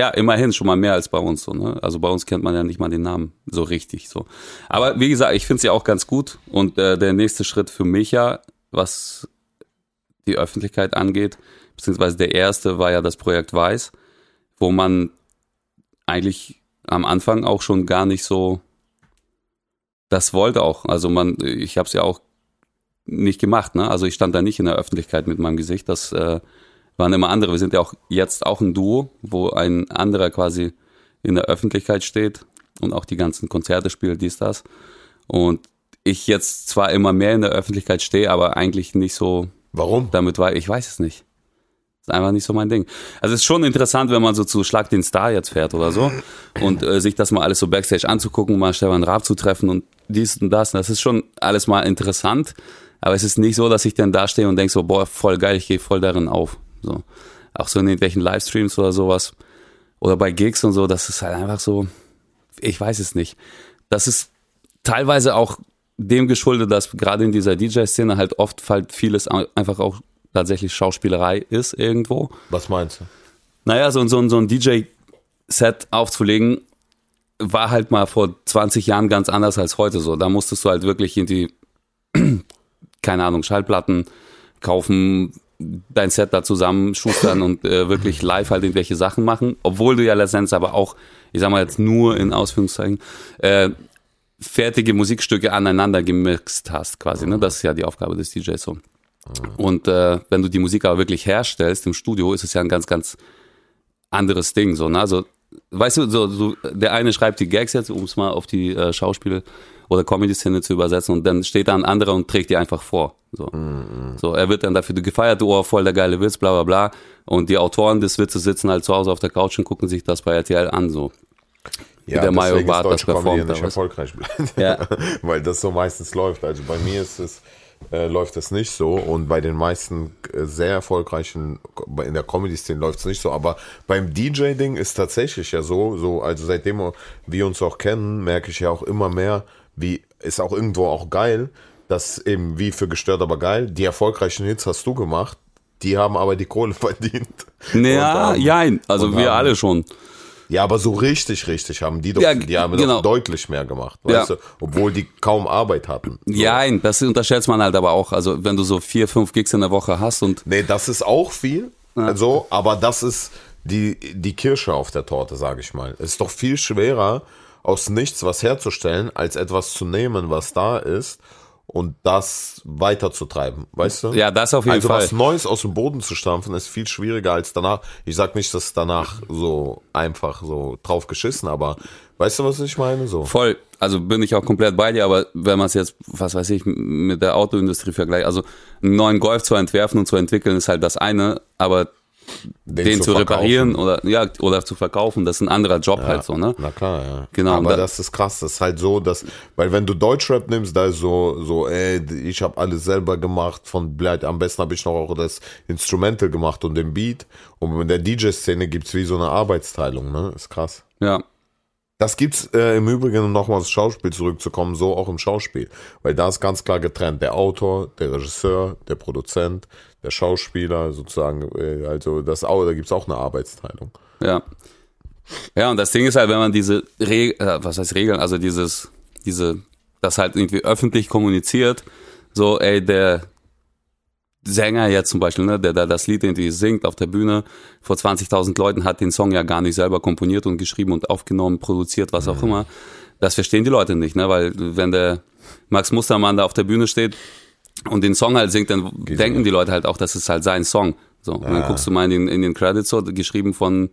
S2: Ja, immerhin schon mal mehr als bei uns so, ne? Also bei uns kennt man ja nicht mal den Namen so richtig so. Aber wie gesagt, ich finde es ja auch ganz gut und äh, der nächste Schritt für mich ja, was die Öffentlichkeit angeht, beziehungsweise der erste war ja das Projekt Weiß, wo man eigentlich am Anfang auch schon gar nicht so das wollte auch. Also man, ich habe es ja auch nicht gemacht, ne? Also ich stand da nicht in der Öffentlichkeit mit meinem Gesicht, das äh, waren immer andere. Wir sind ja auch jetzt auch ein Duo, wo ein anderer quasi in der Öffentlichkeit steht und auch die ganzen Konzerte spielt, dies, das. Und ich jetzt zwar immer mehr in der Öffentlichkeit stehe, aber eigentlich nicht so
S1: Warum?
S2: damit war, ich weiß es nicht. Ist einfach nicht so mein Ding. Also es ist schon interessant, wenn man so zu Schlag den Star jetzt fährt oder so und äh, sich das mal alles so backstage anzugucken, mal Stefan Raab zu treffen und dies und das. Das ist schon alles mal interessant, aber es ist nicht so, dass ich dann da stehe und denke so, boah, voll geil, ich gehe voll darin auf. So. Auch so in irgendwelchen Livestreams oder sowas oder bei Gigs und so, das ist halt einfach so, ich weiß es nicht. Das ist teilweise auch dem geschuldet, dass gerade in dieser DJ-Szene halt oft halt vieles au- einfach auch tatsächlich Schauspielerei ist irgendwo.
S1: Was meinst du?
S2: Naja, so, ein- so, ein- so ein DJ-Set aufzulegen, war halt mal vor 20 Jahren ganz anders als heute so. Da musstest du halt wirklich in die, keine Ahnung, Schallplatten kaufen, dein Set da zusammenschustern und äh, wirklich live halt irgendwelche Sachen machen, obwohl du ja letztendlich aber auch, ich sag mal jetzt nur in Ausführungszeichen, äh, fertige Musikstücke aneinander gemixt hast quasi. Ne? Das ist ja die Aufgabe des DJs so. Und äh, wenn du die Musik aber wirklich herstellst im Studio, ist es ja ein ganz, ganz anderes Ding. So, ne? Also, weißt du, so, so, der eine schreibt die Gags jetzt, um es mal auf die äh, Schauspiel- oder Comedy-Szene zu übersetzen, und dann steht da ein anderer und trägt die einfach vor. So.
S1: Mhm.
S2: so, er wird dann dafür gefeiert, oh, voll der geile Witz, bla bla bla. Und die Autoren des Witzes sitzen halt zu Hause auf der Couch und gucken sich das bei RTL an, so.
S1: Ja,
S2: der Mario
S1: deswegen ist
S2: Barth das
S1: deutsche Comedy
S2: performt,
S1: ja nicht
S2: aber was-
S1: erfolgreich bleibt.
S2: Ja.
S1: Weil das so meistens läuft. Also bei mir ist es, äh, läuft das nicht so und bei den meisten äh, sehr erfolgreichen, in der Comedy-Szene läuft es nicht so. Aber beim DJ-Ding ist tatsächlich ja so, so, also seitdem wir uns auch kennen, merke ich ja auch immer mehr, wie, ist auch irgendwo auch geil, dass eben wie für gestört, aber geil, die erfolgreichen Hits hast du gemacht, die haben aber die Kohle verdient.
S2: Naja,
S1: Und, ähm,
S2: jein, also
S1: und
S2: wir
S1: haben-
S2: alle schon.
S1: Ja, aber so richtig, richtig haben die doch,
S2: Ja,
S1: die haben
S2: genau.
S1: doch deutlich mehr gemacht,
S2: Ja.
S1: weißt du? Obwohl die kaum Arbeit hatten. So.
S2: Jein, das unterschätzt man halt aber auch. Also wenn du so vier, fünf Gigs in der Woche hast und
S1: Nee, das ist auch viel, also, aber das ist die, die Kirsche auf der Torte, sage ich mal. Es ist doch viel schwerer, aus nichts was herzustellen, als etwas zu nehmen, was da ist und das weiterzutreiben, weißt du?
S2: Ja, das auf jeden
S1: also
S2: Fall.
S1: was Neues aus dem Boden zu stampfen, ist viel schwieriger als danach. Ich sag nicht, dass danach so einfach so drauf geschissen, aber weißt du, was ich meine? So.
S2: Voll, also bin ich auch komplett bei dir, aber wenn man es jetzt, was weiß ich, m- mit der Autoindustrie vergleicht, also einen neuen Golf zu entwerfen und zu entwickeln ist halt das eine, aber den, zu,
S1: verkaufen.
S2: reparieren oder ja oder zu verkaufen, das ist ein anderer Job halt so, ne?
S1: Na klar, ja.
S2: Genau,
S1: Aber
S2: da-
S1: das ist krass. Das ist halt so, dass, weil wenn du Deutschrap nimmst, da ist so, so, ey, ich habe alles selber gemacht, von Blatt, am besten habe ich noch auch das Instrumental gemacht und den Beat. Und in der DJ-Szene gibt's wie so eine Arbeitsteilung, ne? Ist krass.
S2: Ja.
S1: Das gibt's äh, im Übrigen, um nochmal aufs Schauspiel zurückzukommen, so auch im Schauspiel. Weil da ist ganz klar getrennt. Der Autor, der Regisseur, der Produzent, der Schauspieler, sozusagen, äh, also das Au- da gibt's auch eine Arbeitsteilung.
S2: Ja. Ja, und das Ding ist halt, wenn man diese Re äh, was heißt Regeln, also dieses, diese, das halt irgendwie öffentlich kommuniziert, so, ey, der Sänger jetzt zum Beispiel, ne, der da das Lied irgendwie singt auf der Bühne vor 20.000 Leuten, hat den Song ja gar nicht selber komponiert und geschrieben und aufgenommen, produziert, was auch immer. Das verstehen die Leute nicht, ne, weil wenn der Max Mustermann da auf der Bühne steht und den Song halt singt, dann denken die Leute halt auch, das ist halt sein Song. So, und dann guckst du mal in den, in den Credits, so, geschrieben von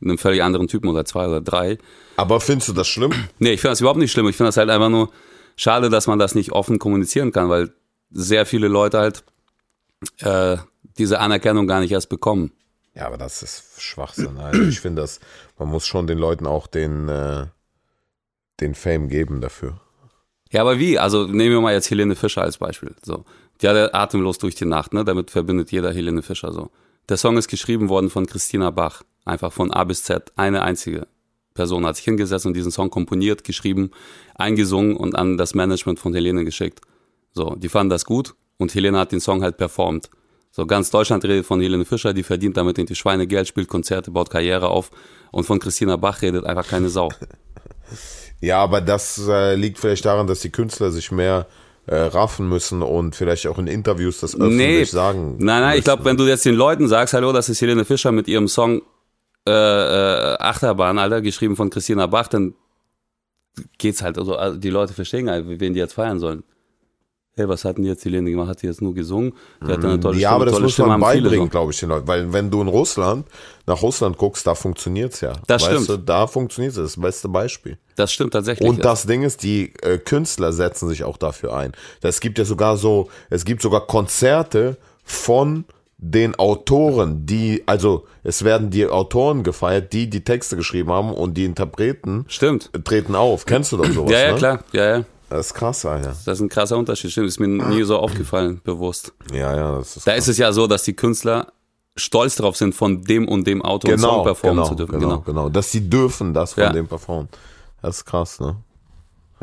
S2: einem völlig anderen Typen oder zwei oder drei.
S1: Aber findest du das schlimm?
S2: Nee, ich finde das überhaupt nicht schlimm. Ich finde das halt einfach nur schade, dass man das nicht offen kommunizieren kann, weil sehr viele Leute halt äh, diese Anerkennung gar nicht erst bekommen.
S1: Ja, aber das ist Schwachsinn. Also ich finde das, man muss schon den Leuten auch den, äh, den Fame geben dafür.
S2: Ja, aber wie? Also nehmen wir mal jetzt Helene Fischer als Beispiel. So, die hat ja atemlos durch die Nacht, ne? Damit verbindet jeder Helene Fischer so. Der Song ist geschrieben worden von Christina Bach, einfach von A bis Z, eine einzige Person hat sich hingesetzt und diesen Song komponiert, geschrieben, eingesungen und an das Management von Helene geschickt. So, die fanden das gut und Helene hat den Song halt performt. So, ganz Deutschland redet von Helene Fischer, die verdient damit irgendwie Schweinegeld, spielt Konzerte, baut Karriere auf und von Christina Bach redet einfach keine Sau.
S1: Ja, aber das äh, liegt vielleicht daran, dass die Künstler sich mehr äh, raffen müssen und vielleicht auch in Interviews das öffentlich sagen.
S2: Nein, nein, ich
S1: müssen.
S2: glaube, wenn du jetzt den Leuten sagst, hallo, das ist Helene Fischer mit ihrem Song äh, äh, Achterbahn, Alter, geschrieben von Christina Bach, dann geht's halt. Also, also die Leute verstehen halt, wen die jetzt feiern sollen. Hey, was hat denn jetzt Helene gemacht? Hat die jetzt nur gesungen? Die hat eine tolle
S1: Mhm. Ja,
S2: Stimme,
S1: aber das
S2: tolle
S1: muss
S2: Stimme,
S1: man
S2: haben viele
S1: beibringen,
S2: so.
S1: glaube ich, den Leuten. Weil wenn du in Russland, nach Russland guckst, da funktioniert's ja.
S2: Das
S1: weißt
S2: stimmt.
S1: Du, da funktioniert's. das ist das beste Beispiel.
S2: Das stimmt tatsächlich.
S1: Und das Ding ist, die äh, Künstler setzen sich auch dafür ein. Es gibt ja sogar so, es gibt sogar Konzerte von den Autoren, die, also es werden die Autoren gefeiert, die die Texte geschrieben haben und die Interpreten
S2: stimmt.
S1: treten auf. Kennst du doch sowas?
S2: Ja, ja,
S1: ne?
S2: klar. Ja, ja.
S1: Das ist krass, Alter.
S2: Das ist ein krasser Unterschied. Stimmt, ist mir nie so aufgefallen, bewusst.
S1: Ja, ja, das ist
S2: Da ist es ja so, dass die Künstler stolz drauf sind, von dem und dem Autor einen Song performen
S1: genau,
S2: zu dürfen.
S1: Genau, genau, Dass sie dürfen das von
S2: Ja.
S1: dem performen. Das ist krass, ne?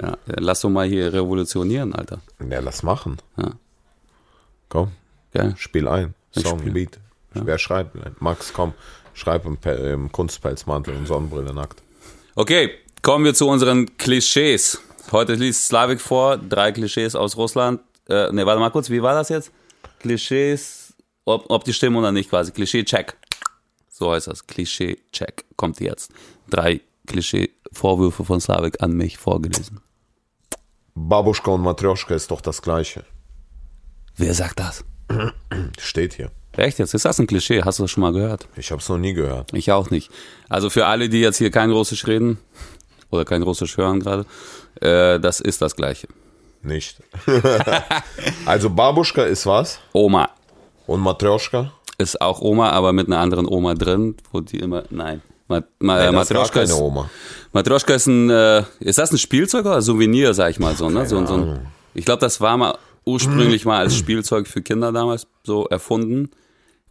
S2: Ja, ja, lass doch mal hier revolutionieren, Alter.
S1: Ja, lass machen.
S2: Ja.
S1: Komm.
S2: Geil.
S1: Spiel ein. Song, Lied. Wer schreibt? Max, komm, schreib im, Pe- im Kunstpelzmantel und Sonnenbrille nackt.
S2: Okay, kommen wir zu unseren Klischees. Heute liest Slavik vor, drei Klischees aus Russland. Äh, ne, warte mal kurz, wie war das jetzt? Klischees, ob, ob die stimmen oder nicht quasi. Klischee-Check. So heißt das. Klischee-Check kommt jetzt. Drei Klischee-Vorwürfe von Slavik an mich vorgelesen.
S1: Babuschka und Matrioschka ist doch das gleiche.
S2: Wer sagt das?
S1: Steht hier.
S2: Echt jetzt? Ist das ein Klischee? Hast du das schon mal gehört?
S1: Ich habe es noch nie gehört.
S2: Ich auch nicht. Also für alle, die jetzt hier kein Russisch reden oder kein Russisch hören gerade, äh, das ist das Gleiche.
S1: Nicht. also Babuschka ist was
S2: Oma
S1: und Matrioschka?
S2: ist auch Oma, aber mit einer anderen Oma drin, wo die immer. Nein. Ma, ma,
S1: Nein, das ist gar
S2: Matrioschka
S1: keine
S2: ist,
S1: Oma.
S2: Matroschka ist ein, äh, ist das ein Spielzeug oder Souvenir, sag ich mal so, ne? So, ein- so ein, ich glaube, das war mal ursprünglich mal als Spielzeug für Kinder damals so erfunden,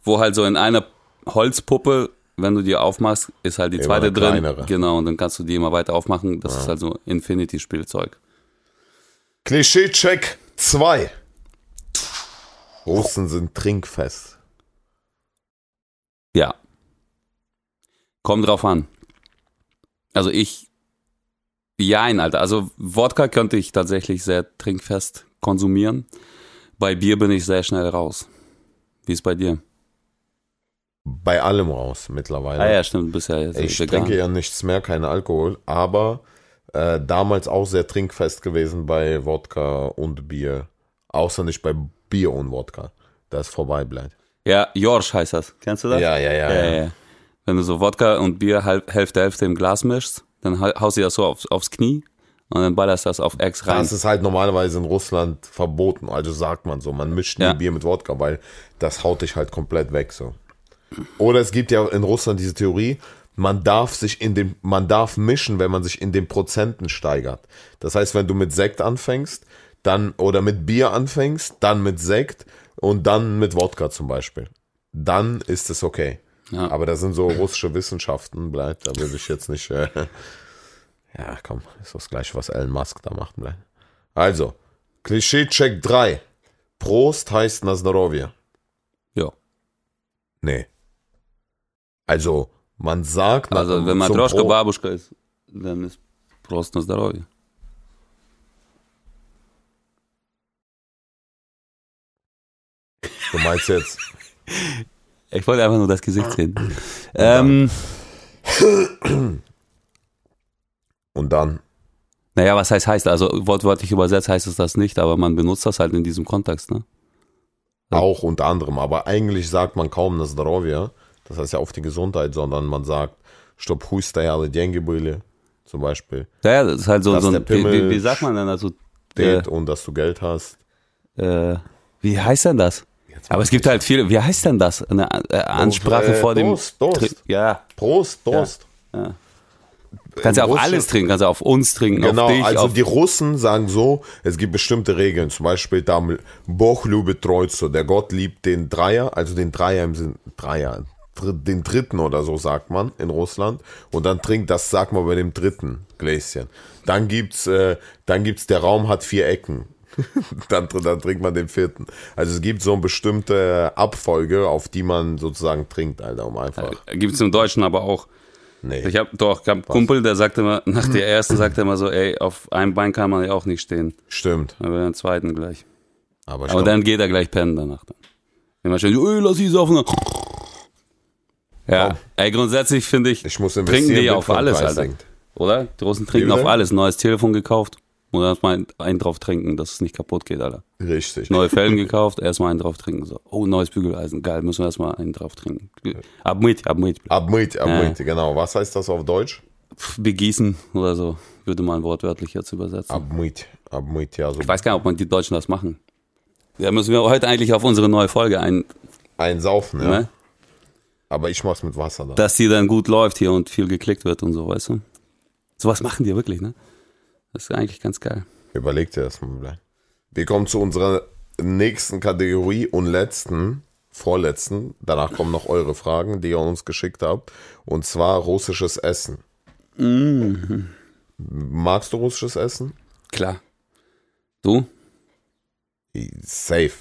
S2: wo halt so in einer Holzpuppe, wenn du die aufmachst, ist halt die zweite
S1: eine
S2: drin.
S1: kleinere.
S2: Genau, und dann kannst du die immer weiter aufmachen. Das ist halt so Infinity-Spielzeug.
S1: Klischee-Check 2. Russen sind trinkfest.
S2: Ja. Kommt drauf an. Also ich, jein, Alter. Also Wodka könnte ich tatsächlich sehr trinkfest konsumieren. Bei Bier bin ich sehr schnell raus. Wie ist bei dir?
S1: Bei allem raus mittlerweile.
S2: Ah ja, stimmt, du bist ja jetzt
S1: ich
S2: vegan.
S1: trinke ja nichts mehr, keinen Alkohol, aber äh, damals auch sehr trinkfest gewesen bei Wodka und Bier. Außer nicht bei Bier und Wodka. Das vorbei bleibt.
S2: Ja, Jorsch heißt das. Kennst du das?
S1: Ja, ja, ja,
S2: ja,
S1: ja.
S2: ja. Wenn du so Wodka und Bier halb, Hälfte, Hälfte im Glas mischst, dann hau- haust du das so aufs, aufs Knie und dann ballerst das auf Ex rein.
S1: Das ist halt normalerweise in Russland verboten, also sagt man so, man mischt nie
S2: Ja.
S1: Bier mit Wodka, weil das haut dich halt komplett weg so. Oder es gibt ja in Russland diese Theorie, man darf sich in den, man darf mischen, wenn man sich in den Prozenten steigert. Das heißt, wenn du mit Sekt anfängst, dann oder mit Bier anfängst, dann mit Sekt und dann mit Wodka zum Beispiel, dann ist es okay.
S2: Ja.
S1: Aber da sind so russische Wissenschaften, bleibt, da will ich jetzt nicht. Äh, ja, komm, ist das gleiche, was Elon Musk da macht, bleibt. Also, Klischee-Check 3. Prost heißt na zdrowie.
S2: Ja.
S1: Nee. Also, man sagt na-
S2: Also wenn
S1: zum
S2: Matroschka
S1: Pro-
S2: Babuschka ist, dann ist Prost на здоровье.
S1: Du meinst jetzt,
S2: Ich wollte einfach nur das Gesicht sehen.
S1: Ah.
S2: Ähm,
S1: und dann,
S2: naja, was heißt heißt? Also wortwörtlich übersetzt heißt es das nicht, aber man benutzt das halt in diesem Kontext, ne?
S1: auch unter anderem, aber eigentlich sagt man kaum na zdrowie, das heißt ja auf die Gesundheit, sondern man sagt, stopp, hustajale Dengebühle, zum Beispiel,
S2: Ja, ja, das ist halt so,
S1: Dass
S2: so
S1: der
S2: ein, wie,
S1: Pimmel
S2: wie, wie sagt man denn dazu? Äh,
S1: det und dass du Geld hast.
S2: äh, wie heißt denn das?
S1: Jetzt
S2: Aber es gibt halt viele, wie heißt denn das? Eine äh, Ansprache
S1: äh,
S2: vor dem...
S1: Durst, Durst.
S2: Tri- Ja,
S1: Prost, Durst.
S2: kannst ja auf
S1: Russisch-
S2: alles trinken, kannst ja auf uns trinken,
S1: Äh, Genau,
S2: auf dich,
S1: also
S2: auf...
S1: die Russen sagen so, es gibt bestimmte Regeln, zum Beispiel tam Boch liebe Troizzo, der Gott liebt den Dreier, also den Dreier im Sinn, Dreier, dr- den dritten oder so sagt man in Russland und dann trinkt das, sagt man bei dem dritten Gläschen. Dann gibt's, äh, dann gibt's, der Raum hat vier Ecken. dann, tr- dann trinkt man den vierten. Also es gibt so eine bestimmte Abfolge, auf die man sozusagen trinkt, Alter, um einfach.
S2: Gibt es im Deutschen aber auch.
S1: Nee.
S2: Ich habe doch, ich hab einen Kumpel, der sagte immer, nach der ersten sagte er immer so, ey, auf einem Bein kann man ja auch nicht stehen.
S1: Stimmt.
S2: Aber den zweiten gleich.
S1: Aber, ich
S2: Aber
S1: glaub-
S2: dann geht er gleich pennen danach. Dann. Immer schön, öh, lass ich saufen. Ja,
S1: Komm.
S2: ey, grundsätzlich finde ich,
S1: Ich muss
S2: trinken die
S1: investieren,
S2: ja auf
S1: Bitcoin-Preis
S2: alles, Alter.
S1: sinkt.
S2: Oder? Die Russen trinken
S1: Wie
S2: auf
S1: bitte?
S2: alles. Neues Telefon gekauft. Und erstmal einen- einen drauf trinken, dass es nicht kaputt geht, Alter.
S1: richtig.
S2: Neue Felgen gekauft, erstmal einen drauf trinken. So. Oh, neues Bügeleisen. Geil, müssen wir erstmal einen drauf trinken. Ab mit, ab mit.
S1: Abmыть, abmыть, genau. Was heißt das auf Deutsch?
S2: Pff, Begießen oder so, würde man wortwörtlich jetzt übersetzen.
S1: Abmыть, abmыть, ja, so
S2: Ich weiß gar nicht, ob man die Deutschen das machen. Da müssen wir heute eigentlich auf unsere neue Folge ein,
S1: einsaufen, ja.
S2: ne?
S1: Aber ich mach's mit Wasser dann.
S2: dass die dann gut läuft hier und viel geklickt wird und so, weißt du? Sowas machen die wirklich, ne? Das ist eigentlich ganz geil.
S1: Überleg dir das mal. Blei. Wir kommen zu unserer nächsten Kategorie und letzten, vorletzten. Danach kommen noch eure Fragen, die ihr uns geschickt habt. Und zwar russisches Essen.
S2: Mhm.
S1: Magst du russisches Essen?
S2: Klar. Du?
S1: Safe.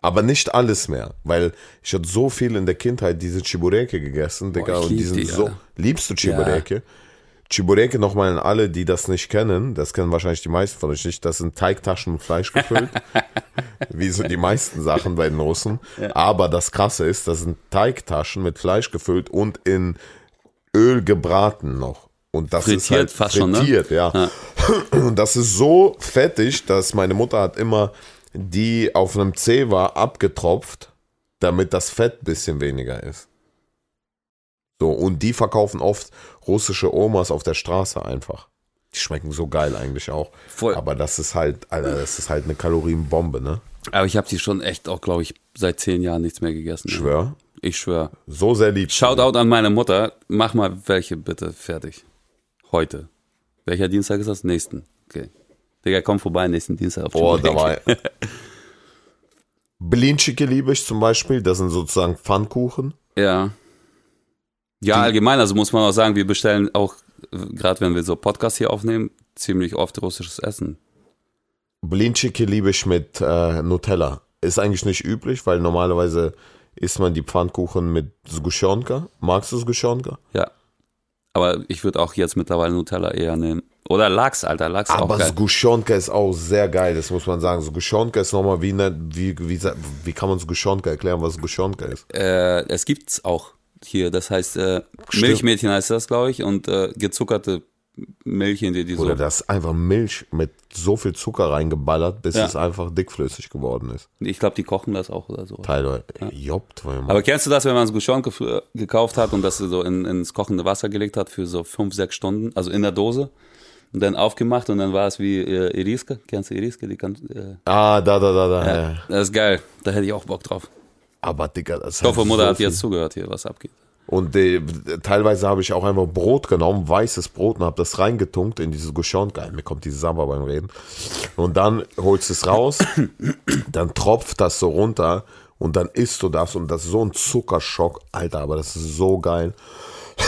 S1: Aber nicht alles mehr, weil ich hatte so viel in der Kindheit diese Chibureke gegessen, Digga,
S2: ich
S1: und
S2: lieb
S1: die sind
S2: die,
S1: so.
S2: Alter.
S1: Liebst du Chibureke? Chibureke nochmal an alle, die das nicht kennen, das kennen wahrscheinlich die meisten von euch nicht, das sind Teigtaschen und Fleisch gefüllt, wie so die meisten Sachen bei den Russen. Aber das Krasse ist, das sind Teigtaschen mit Fleisch gefüllt und in Öl gebraten noch. Und das ist
S2: Frittiert
S1: halt
S2: fast schon, ne?
S1: frittiert, ja. Und das ist so fettig, dass meine Mutter hat immer die auf einem Zeh war abgetropft, damit das Fett ein bisschen weniger ist. So, und die verkaufen oft russische Omas auf der Straße einfach. Die schmecken so geil eigentlich auch.
S2: Voll.
S1: Aber das ist halt, Alter, das ist halt eine Kalorienbombe, ne?
S2: Aber ich habe die schon echt auch, glaube ich, seit zehn Jahren nichts mehr gegessen.
S1: Ich schwör.
S2: Ich schwör.
S1: So sehr lieb.
S2: Shoutout an meine Mutter. Mach mal welche bitte fertig. Heute. Welcher Dienstag ist das? Nächsten. Okay. Digga, komm vorbei nächsten Dienstag auf
S1: Boah,
S2: Jamaika.
S1: Oh, dabei. Berlin-Schicke liebe ich zum Beispiel. Das sind sozusagen Pfannkuchen.
S2: Ja. Ja, allgemein, also muss man auch sagen, wir bestellen auch, äh, gerade wenn wir so Podcasts hier aufnehmen, ziemlich oft russisches Essen.
S1: Berlin-Schicke liebe ich mit äh, Nutella. Ist eigentlich nicht üblich, weil normalerweise isst man die Pfannkuchen mit Sguschonka. Magst du Sguschonka?
S2: Ja. Aber ich würde auch jetzt mittlerweile Nutella eher nehmen. Oder Lachs, Alter, Lachs ist auch
S1: Aber
S2: geil.
S1: Sguschonka ist auch sehr geil, das muss man sagen. Sguschonka ist nochmal wie, eine, wie, wie, sa- wie kann man Sguschonka erklären, was Sguschonka ist?
S2: Äh, es gibt's auch hier, das heißt äh, Milchmädchen heißt das, glaube ich, und äh, gezuckerte Milch in dir, die so.
S1: Oder das ist einfach Milch mit so viel Zucker reingeballert, bis
S2: Ja.
S1: es einfach dickflüssig geworden ist.
S2: Ich glaube, die kochen das auch oder so.
S1: Teilweise. Jobbt, weil man.
S2: Aber kennst du das, wenn man es Guschonke f- gekauft hat und das so in, ins kochende Wasser gelegt hat für so fünf, sechs Stunden, also in der Dose und dann aufgemacht und dann war es wie äh, Iriske. Kennst du Iriske? Die kann, äh,
S1: ah, da, da, da, da. Ja.
S2: Das ist geil. Da hätte ich auch Bock drauf.
S1: Aber Digga, das
S2: Ich hoffe, Mutter
S1: so
S2: hat
S1: viel.
S2: jetzt zugehört hier, was abgeht.
S1: Und äh, teilweise habe ich auch einfach Brot genommen, weißes Brot, und habe das reingetunkt in dieses Guschon. Geil, mir kommt diese Samba beim Reden. Und dann holst du es raus, dann tropft das so runter und dann isst du das und das ist so ein Zuckerschock. Alter, aber das ist so geil.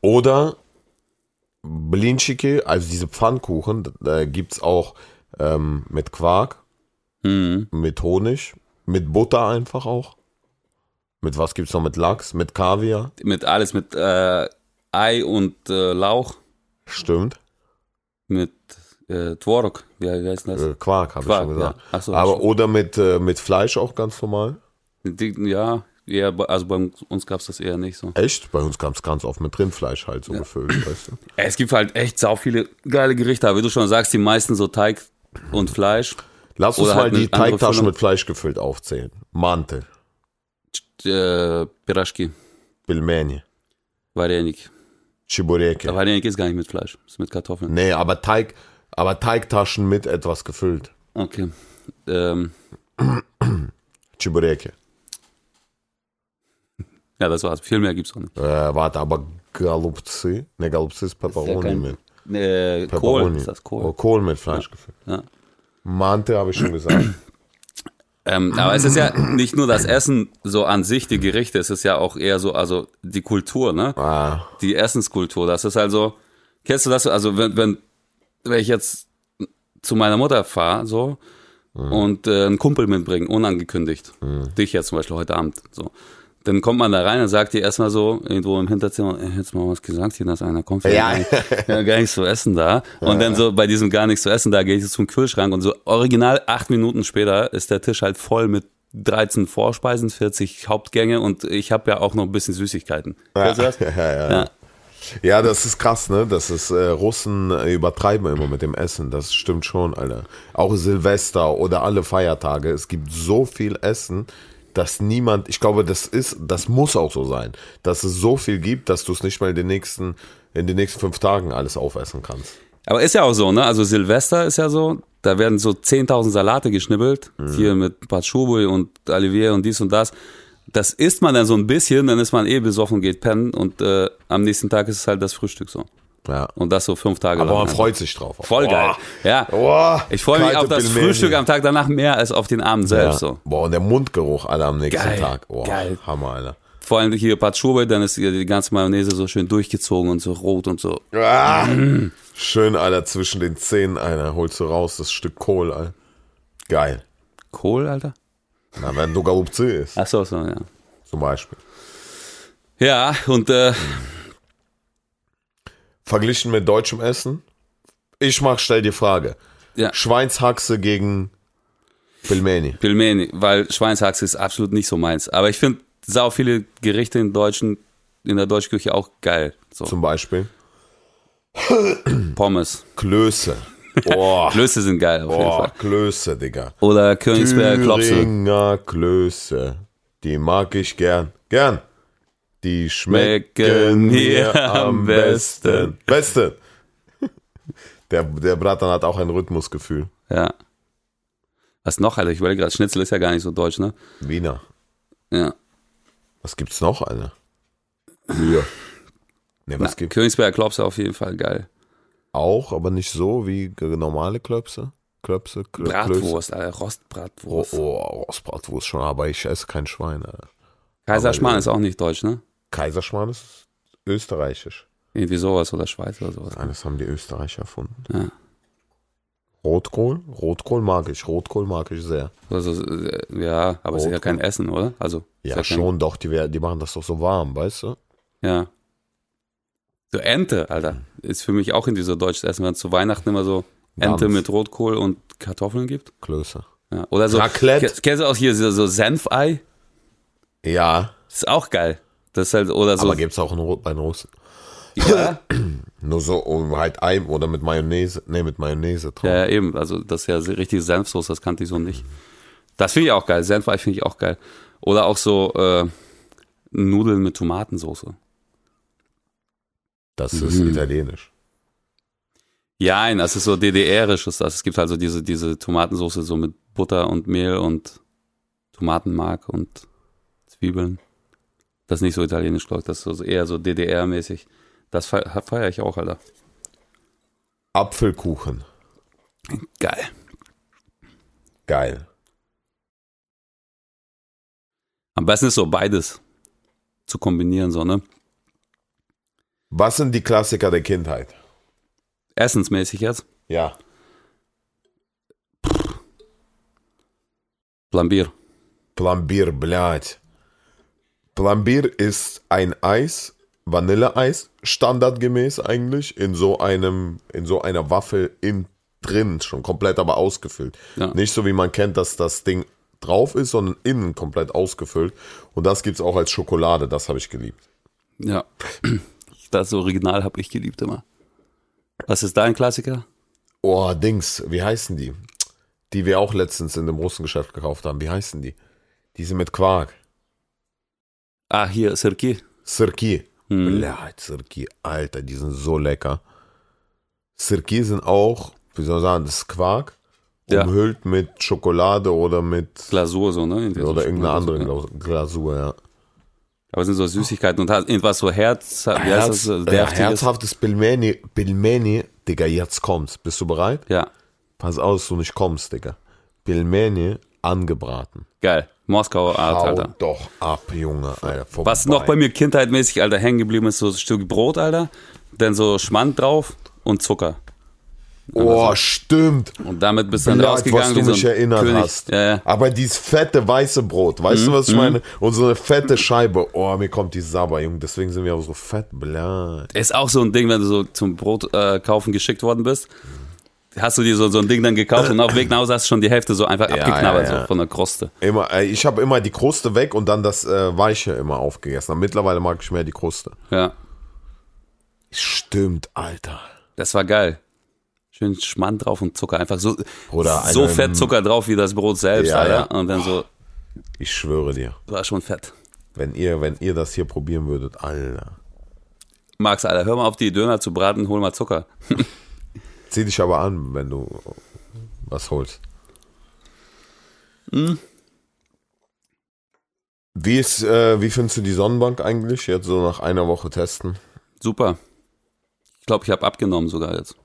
S1: Oder Blinchike, also diese Pfannkuchen, da gibt es auch ähm, mit Quark,
S2: Mhm.
S1: mit Honig, mit Butter einfach auch. Mit was gibt's noch? Mit Lachs, mit Kaviar.
S2: Mit alles, mit äh, Ei und äh, Lauch,
S1: Stimmt.
S2: mit äh, Tworok. Wie, wie heißt denn das?
S1: Äh, Quark, habe ich
S2: Quark,
S1: schon gesagt.
S2: ja. Ach so,
S1: Aber
S2: stimmt.
S1: oder mit, äh, mit Fleisch auch ganz normal.
S2: Die, ja, eher, bei- also bei uns gab es das eher nicht so.
S1: Echt? Bei uns kam's ganz oft mit Rindfleisch halt so gefüllt, weißt du?
S2: Ey, Es gibt halt echt sau viele geile Gerichte, aber wie du schon sagst, die meisten so Teig und Fleisch.
S1: Lass uns
S2: Oder
S1: mal
S2: halt
S1: die
S2: eine andere
S1: Teigtaschen
S2: Füllung.
S1: mit Fleisch gefüllt aufzählen. Mantel,
S2: Äh, Piraschki,
S1: Pilmeni,
S2: Varenik.
S1: Chibureke.
S2: Aber Varenik ist gar nicht mit Fleisch, ist mit Kartoffeln.
S1: Nee, aber Teig, aber Teigtaschen mit etwas gefüllt.
S2: Okay. Ähm,
S1: Chibureke.
S2: ja, das war's. Viel mehr gibt's auch nicht.
S1: Äh, warte, aber Galupzi? Ne, Galupzi ist Pepperoni
S2: kein
S1: mit.
S2: Äh,
S1: Pepperoni.
S2: Kohl ist das
S1: Oh,
S2: Kohl.
S1: Kohl mit Fleisch gefüllt.
S2: Ja.
S1: Mante habe ich schon gesagt.
S2: Ähm, aber es ist ja nicht nur das Essen so an sich, die Gerichte, es ist ja auch eher so, also die Kultur, ne?
S1: ah.
S2: die Essenskultur. Das ist also, kennst du das? Also, wenn, wenn, wenn ich jetzt zu meiner Mutter fahre, so,
S1: Mhm.
S2: und äh, einen Kumpel mitbringen, unangekündigt, dich jetzt zum Beispiel heute Abend, so, dann kommt man da rein und sagt dir erstmal so, irgendwo im Hinterzimmer, ey, hättest du mal was gesagt, hier, dass einer kommt, wir
S1: Ja.
S2: haben gar- wir haben gar nichts zu essen da. Und dann so bei diesem gar nichts zu essen da, gehe ich zum Kühlschrank und so original acht Minuten später ist der Tisch halt voll mit 13 Vorspeisen, 40 Hauptgänge und ich habe ja auch noch ein bisschen Süßigkeiten.
S1: Ja,
S2: Kennst du das?
S1: ja, ja.
S2: Ja.
S1: ja. ja, das ist krass, ne? Das ist äh, Russen äh, übertreiben immer mit dem Essen. Das stimmt schon, Alter. Auch Silvester oder alle Feiertage. Es gibt so viel Essen, dass niemand. Ich glaube, das ist, das muss auch so sein, dass es so viel gibt, dass du es nicht mal in den nächsten, in den nächsten fünf Tagen alles aufessen kannst.
S2: Aber ist ja auch so, ne? Also Silvester ist ja so, da werden so 10.000 Salate geschnibbelt,
S1: Mhm.
S2: hier mit Patchouli und Olivier und dies und das. Das isst man dann so ein bisschen, dann ist man eh besoffen, geht pennen und äh, am nächsten Tag ist es halt das Frühstück so.
S1: Ja.
S2: Und das so fünf Tage
S1: Aber man
S2: einfach.
S1: freut sich drauf.
S2: Voll geil. Ja.
S1: Boah,
S2: Ich freue mich
S1: kalte
S2: auf das
S1: Pilmeni.
S2: Frühstück am Tag danach mehr als auf den Abend
S1: Ja.
S2: selbst. So.
S1: Boah, und der Mundgeruch alle am nächsten
S2: Geil,
S1: Tag. Boah,
S2: geil.
S1: Hammer, Alter.
S2: Vor allem hier Patchouli, dann ist hier die ganze Mayonnaise so schön durchgezogen und so rot und so.
S1: Ah, schön, Alter, zwischen den Zähnen, Alter. Holst du raus das Stück Kohl, Alter. Geil.
S2: Kohl, Alter?
S1: Na, wenn du Galupzi ist,
S2: Ach so, so, ja.
S1: zum Beispiel.
S2: Ja, und äh,
S1: Verglichen mit deutschem Essen? Ich mach, stell dir Frage.
S2: Ja.
S1: Schweinshaxe gegen Pilmeni.
S2: Pilmeni, weil Schweinshaxe ist absolut nicht so meins. Aber ich finde sau viele Gerichte in deutschen, in der deutschen Küche auch geil. So
S1: Zum Beispiel. Hm.
S2: Pommes.
S1: Klöße. Boah,
S2: Klöße sind geil auf jeden
S1: boah
S2: Fall.
S1: Klöße, Digga.
S2: Oder Königsberger Klopse.
S1: Thüringer Klöße. Die mag ich gern. Gern. Die schmecken
S2: Schmecken
S1: mir
S2: mir
S1: am
S2: am
S1: besten. Besten. Der, der Bratan hat auch ein Rhythmusgefühl.
S2: Ja. Was noch, Alter? Ich wollte gerade, Schnitzel ist ja gar nicht so deutsch, ne?
S1: Wiener.
S2: Ja.
S1: Was gibt's noch, Alter? Ja. Ne, was
S2: Na,
S1: gibt's?
S2: Königsberger Klopse auf jeden Fall geil.
S1: Auch, aber nicht so wie g- normale Klöpse. Klöpse, Klö- Klöße.
S2: Bratwurst, Alter.
S1: Oh,
S2: Rostbratwurst.
S1: oh, Rostbratwurst schon, aber ich esse kein Schwein, Alter.
S2: Kaiserschmarrn
S1: aber-
S2: ist auch nicht deutsch, ne?
S1: Kaiserschmarrn ist österreichisch.
S2: Irgendwie sowas oder Schweiz oder sowas.
S1: Nein, das haben die Österreicher erfunden.
S2: Ja.
S1: Rotkohl? Rotkohl mag ich. Rotkohl mag ich sehr.
S2: Also, äh, ja, aber es ist ja kein Essen, oder? Also,
S1: Ja,
S2: ist kein-
S1: schon, doch. Die, wer- die machen das doch so warm, weißt du?
S2: Ja. So Ente, Alter, ist für mich auch in dieser deutschen Essen, wenn es zu Weihnachten immer so Ente
S1: Gans.
S2: mit Rotkohl und Kartoffeln gibt.
S1: Klöße.
S2: Ja. Oder so.
S1: Raclette.
S2: Ke- Kennst du auch hier so, so Senfei?
S1: Ja,
S2: Ist auch geil. Das ist halt, oder so.
S1: Also aber gibt's auch in Rot bei den Russen.
S2: ja,
S1: Nur so um halt Ei oder mit Mayonnaise. Nee, mit Mayonnaise drauf.
S2: ja, ja, eben. Also, das ist ja so richtig Senfsoße, das kannte ich so nicht. Das finde ich auch geil. Senfei finde ich auch geil. Oder auch so äh, Nudeln mit Tomatensoße.
S1: Das ist
S2: Mhm.
S1: italienisch.
S2: Ja, nein, das ist so DDR-isches. Also es gibt halt so diese, diese Tomatensoße so mit Butter und Mehl und Tomatenmark und Zwiebeln. Das ist nicht so italienisch, glaube ich. Das ist so eher so DDR-mäßig. Das feiere ich auch, Alter.
S1: Apfelkuchen.
S2: Geil.
S1: Geil.
S2: Am besten ist so beides zu kombinieren, so, ne?
S1: Was sind die Klassiker der Kindheit?
S2: Essensmäßig jetzt.
S1: Ja.
S2: Flambier.
S1: Plambir, blядь. Plambir ist ein Eis, Vanilleeis, standardgemäß eigentlich, in so einem, in so einer Waffel in drin, schon komplett aber ausgefüllt.
S2: Ja.
S1: Nicht so wie man kennt, dass das Ding drauf ist, sondern innen komplett ausgefüllt. Und das gibt's auch als Schokolade, das habe ich geliebt.
S2: Ja. Das Original habe ich geliebt immer. Was ist dein Klassiker?
S1: Oh, Dings, wie heißen die? Die wir auch letztens in dem Russengeschäft gekauft haben. Wie heißen die? Diese mit Quark.
S2: Ah, hier, Sirki.
S1: Sirki.
S2: Hm.
S1: Blöd, Sirki, Alter, die sind so lecker. Sirki sind auch, wie soll man sagen, das ist Quark,
S2: Ja.
S1: umhüllt mit Schokolade oder mit
S2: Glasur, so, ne? Irgendwie so
S1: oder irgendeiner
S2: Schokolade,
S1: anderen
S2: ja.
S1: Glas- Glasur, ja.
S2: Aber es sind so Süßigkeiten und hat irgendwas so Herz, wie heißt das,
S1: Herz,
S2: so
S1: äh,
S2: Deftiges.
S1: herzhaftes Pilmeni, Pilmeni, Digga, jetzt kommt's. Bist du bereit?
S2: Ja,
S1: Pass auf, dass du nicht kommst, Digga. Pilmeni angebraten.
S2: geil. Moskauer Art,
S1: Hau
S2: Alter.
S1: doch ab, Junge, Alter. vorbei.
S2: Was noch bei mir kindheitmäßig, Alter, hängen geblieben ist, so ein Stück Brot, Alter, dann so Schmand drauf und Zucker.
S1: Oh, stimmt.
S2: Und damit bist du dann
S1: Blatt, was
S2: rausgegangen,
S1: du
S2: wie so
S1: mich
S2: ein
S1: erinnert
S2: König.
S1: hast.
S2: Ja, Mhm, ja.
S1: Aber dieses fette weiße Brot, weißt du, was ich meine? Und so eine fette Scheibe. Oh, mir kommt die Saba, Junge, deswegen sind wir auch so fett. Bla.
S2: Ist auch so ein Ding, wenn du so zum Brot äh, kaufen geschickt worden bist. Hast du dir so, so ein Ding dann gekauft und auf dem Weg nach Hause hast du schon die Hälfte so einfach abgeknabbert
S1: ja, ja.
S2: So von der Kruste.
S1: Immer, äh, ich habe immer die Kruste weg und dann das äh, Weiche immer aufgegessen. Aber mittlerweile mag ich mehr die Kruste.
S2: Ja,
S1: Stimmt, Alter.
S2: das war geil. Schön Schmand drauf und Zucker, einfach so,
S1: Oder
S2: so
S1: einem-
S2: fett Zucker drauf wie das Brot selbst,
S1: also Ja,
S2: Alter.
S1: ja.
S2: Und dann so,
S1: Ich schwöre dir,
S2: war schon fett.
S1: wenn ihr, wenn ihr das hier probieren würdet, Alter.
S2: Max, Alter, hör mal auf, die Döner zu braten, hol mal Zucker.
S1: Zieh dich aber an, wenn du was holst.
S2: Hm,
S1: Wie, ist, äh, wie findest du die Sonnenbank eigentlich? Jetzt so nach einer Woche testen.
S2: Super. Ich glaube, ich habe abgenommen sogar jetzt.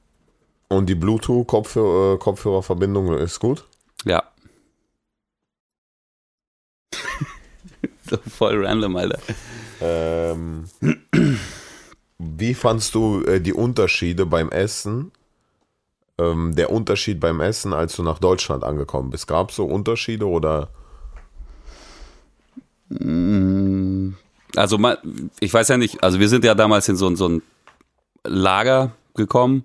S1: Und die Bluetooth-Kopfhörer, äh, Kopfhörerverbindung ist gut?
S2: Ja. so voll random, Alter.
S1: Ähm, wie fandst du äh, die Unterschiede beim Essen? Ähm, der Unterschied beim Essen, als du nach Deutschland angekommen bist. Gab es so Unterschiede oder?
S2: Mm, Also, ma- ich weiß ja nicht, also wir sind ja damals in so, ein- so ein Lager gekommen.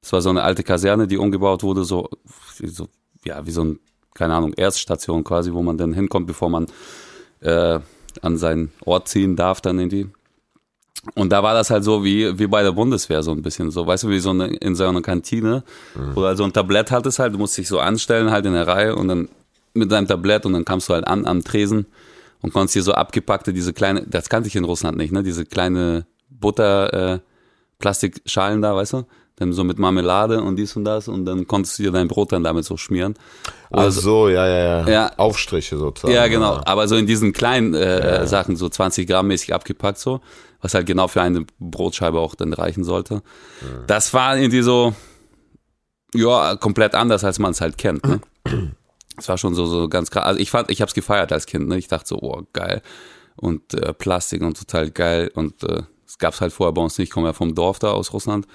S2: Es war so eine alte Kaserne, die umgebaut wurde, so, so ja, wie so ein, keine Ahnung, Erststation quasi, wo man dann hinkommt, bevor man äh, an seinen Ort ziehen darf, dann irgendwie. Und da war das halt so wie, wie bei der Bundeswehr so ein bisschen so, weißt du, wie so eine, in so einer Kantine, wo du halt so ein Tablett hattest halt, du musst dich so anstellen halt in der Reihe und dann mit deinem Tablett und dann kamst du halt an am Tresen und konntest hier so abgepackte, diese kleine, das kannte ich in Russland nicht, ne, diese kleine Butter, äh, Plastikschalen da, weißt du, dann so mit Marmelade und dies und das und dann konntest du dir dein Brot dann damit so schmieren.
S1: Ach so, ja, ja, ja.
S2: Also Ja.
S1: Aufstriche sozusagen.
S2: Ja, genau. Aber so in diesen kleinen äh, Sachen, so 20 Gramm mäßig abgepackt, so, was halt genau für eine Brotscheibe auch dann reichen sollte. Das war irgendwie so, ja, komplett anders, als man es halt kennt. Ne? Das war schon so, so ganz krass. Also ich fand, ich habe es gefeiert als Kind. Ne? Ich dachte so, oh, geil. Und äh, Plastik und total geil. Und es äh, gab es halt vorher bei uns nicht. Ich komme ja vom Dorf da aus Russland.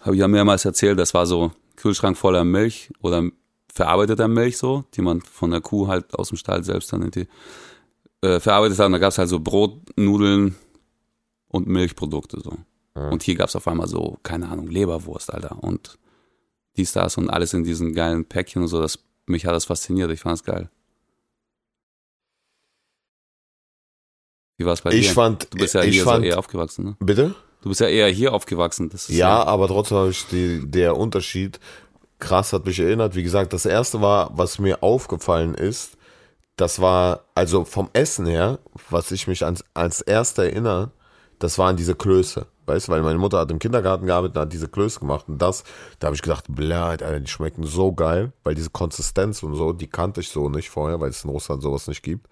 S2: Habe ich ja mehrmals erzählt, das war so Kühlschrank voller Milch oder verarbeiteter Milch so, die man von der Kuh halt aus dem Stall selbst dann irgendwie äh, verarbeitet hat. Und da gab es halt so Brot, Nudeln und Milchprodukte so. Und hier gab es auf einmal so, keine Ahnung, Leberwurst, Alter. Und dies, das und alles in diesen geilen Päckchen und so. Das, mich hat das fasziniert. Ich fand es geil. Wie war es bei
S1: Ich
S2: dir?
S1: fand,
S2: du bist ja
S1: ich
S2: hier
S1: fand,
S2: so eher aufgewachsen, ne?
S1: bitte?
S2: Du bist ja eher hier aufgewachsen. Das ist
S1: Ja, aber trotzdem habe ich die, der Unterschied krass hat mich erinnert. Wie gesagt, das erste war, was mir aufgefallen ist, das war, also vom Essen her, was ich mich ans, als erst erinnere, das waren diese Klöße. Weißt du, weil meine Mutter hat im Kindergarten gearbeitet und hat diese Klöße gemacht und das, da habe ich gedacht, blöd, Alter, die schmecken so geil, weil diese Konsistenz und so, die kannte ich so nicht vorher, weil es in Russland sowas nicht gibt.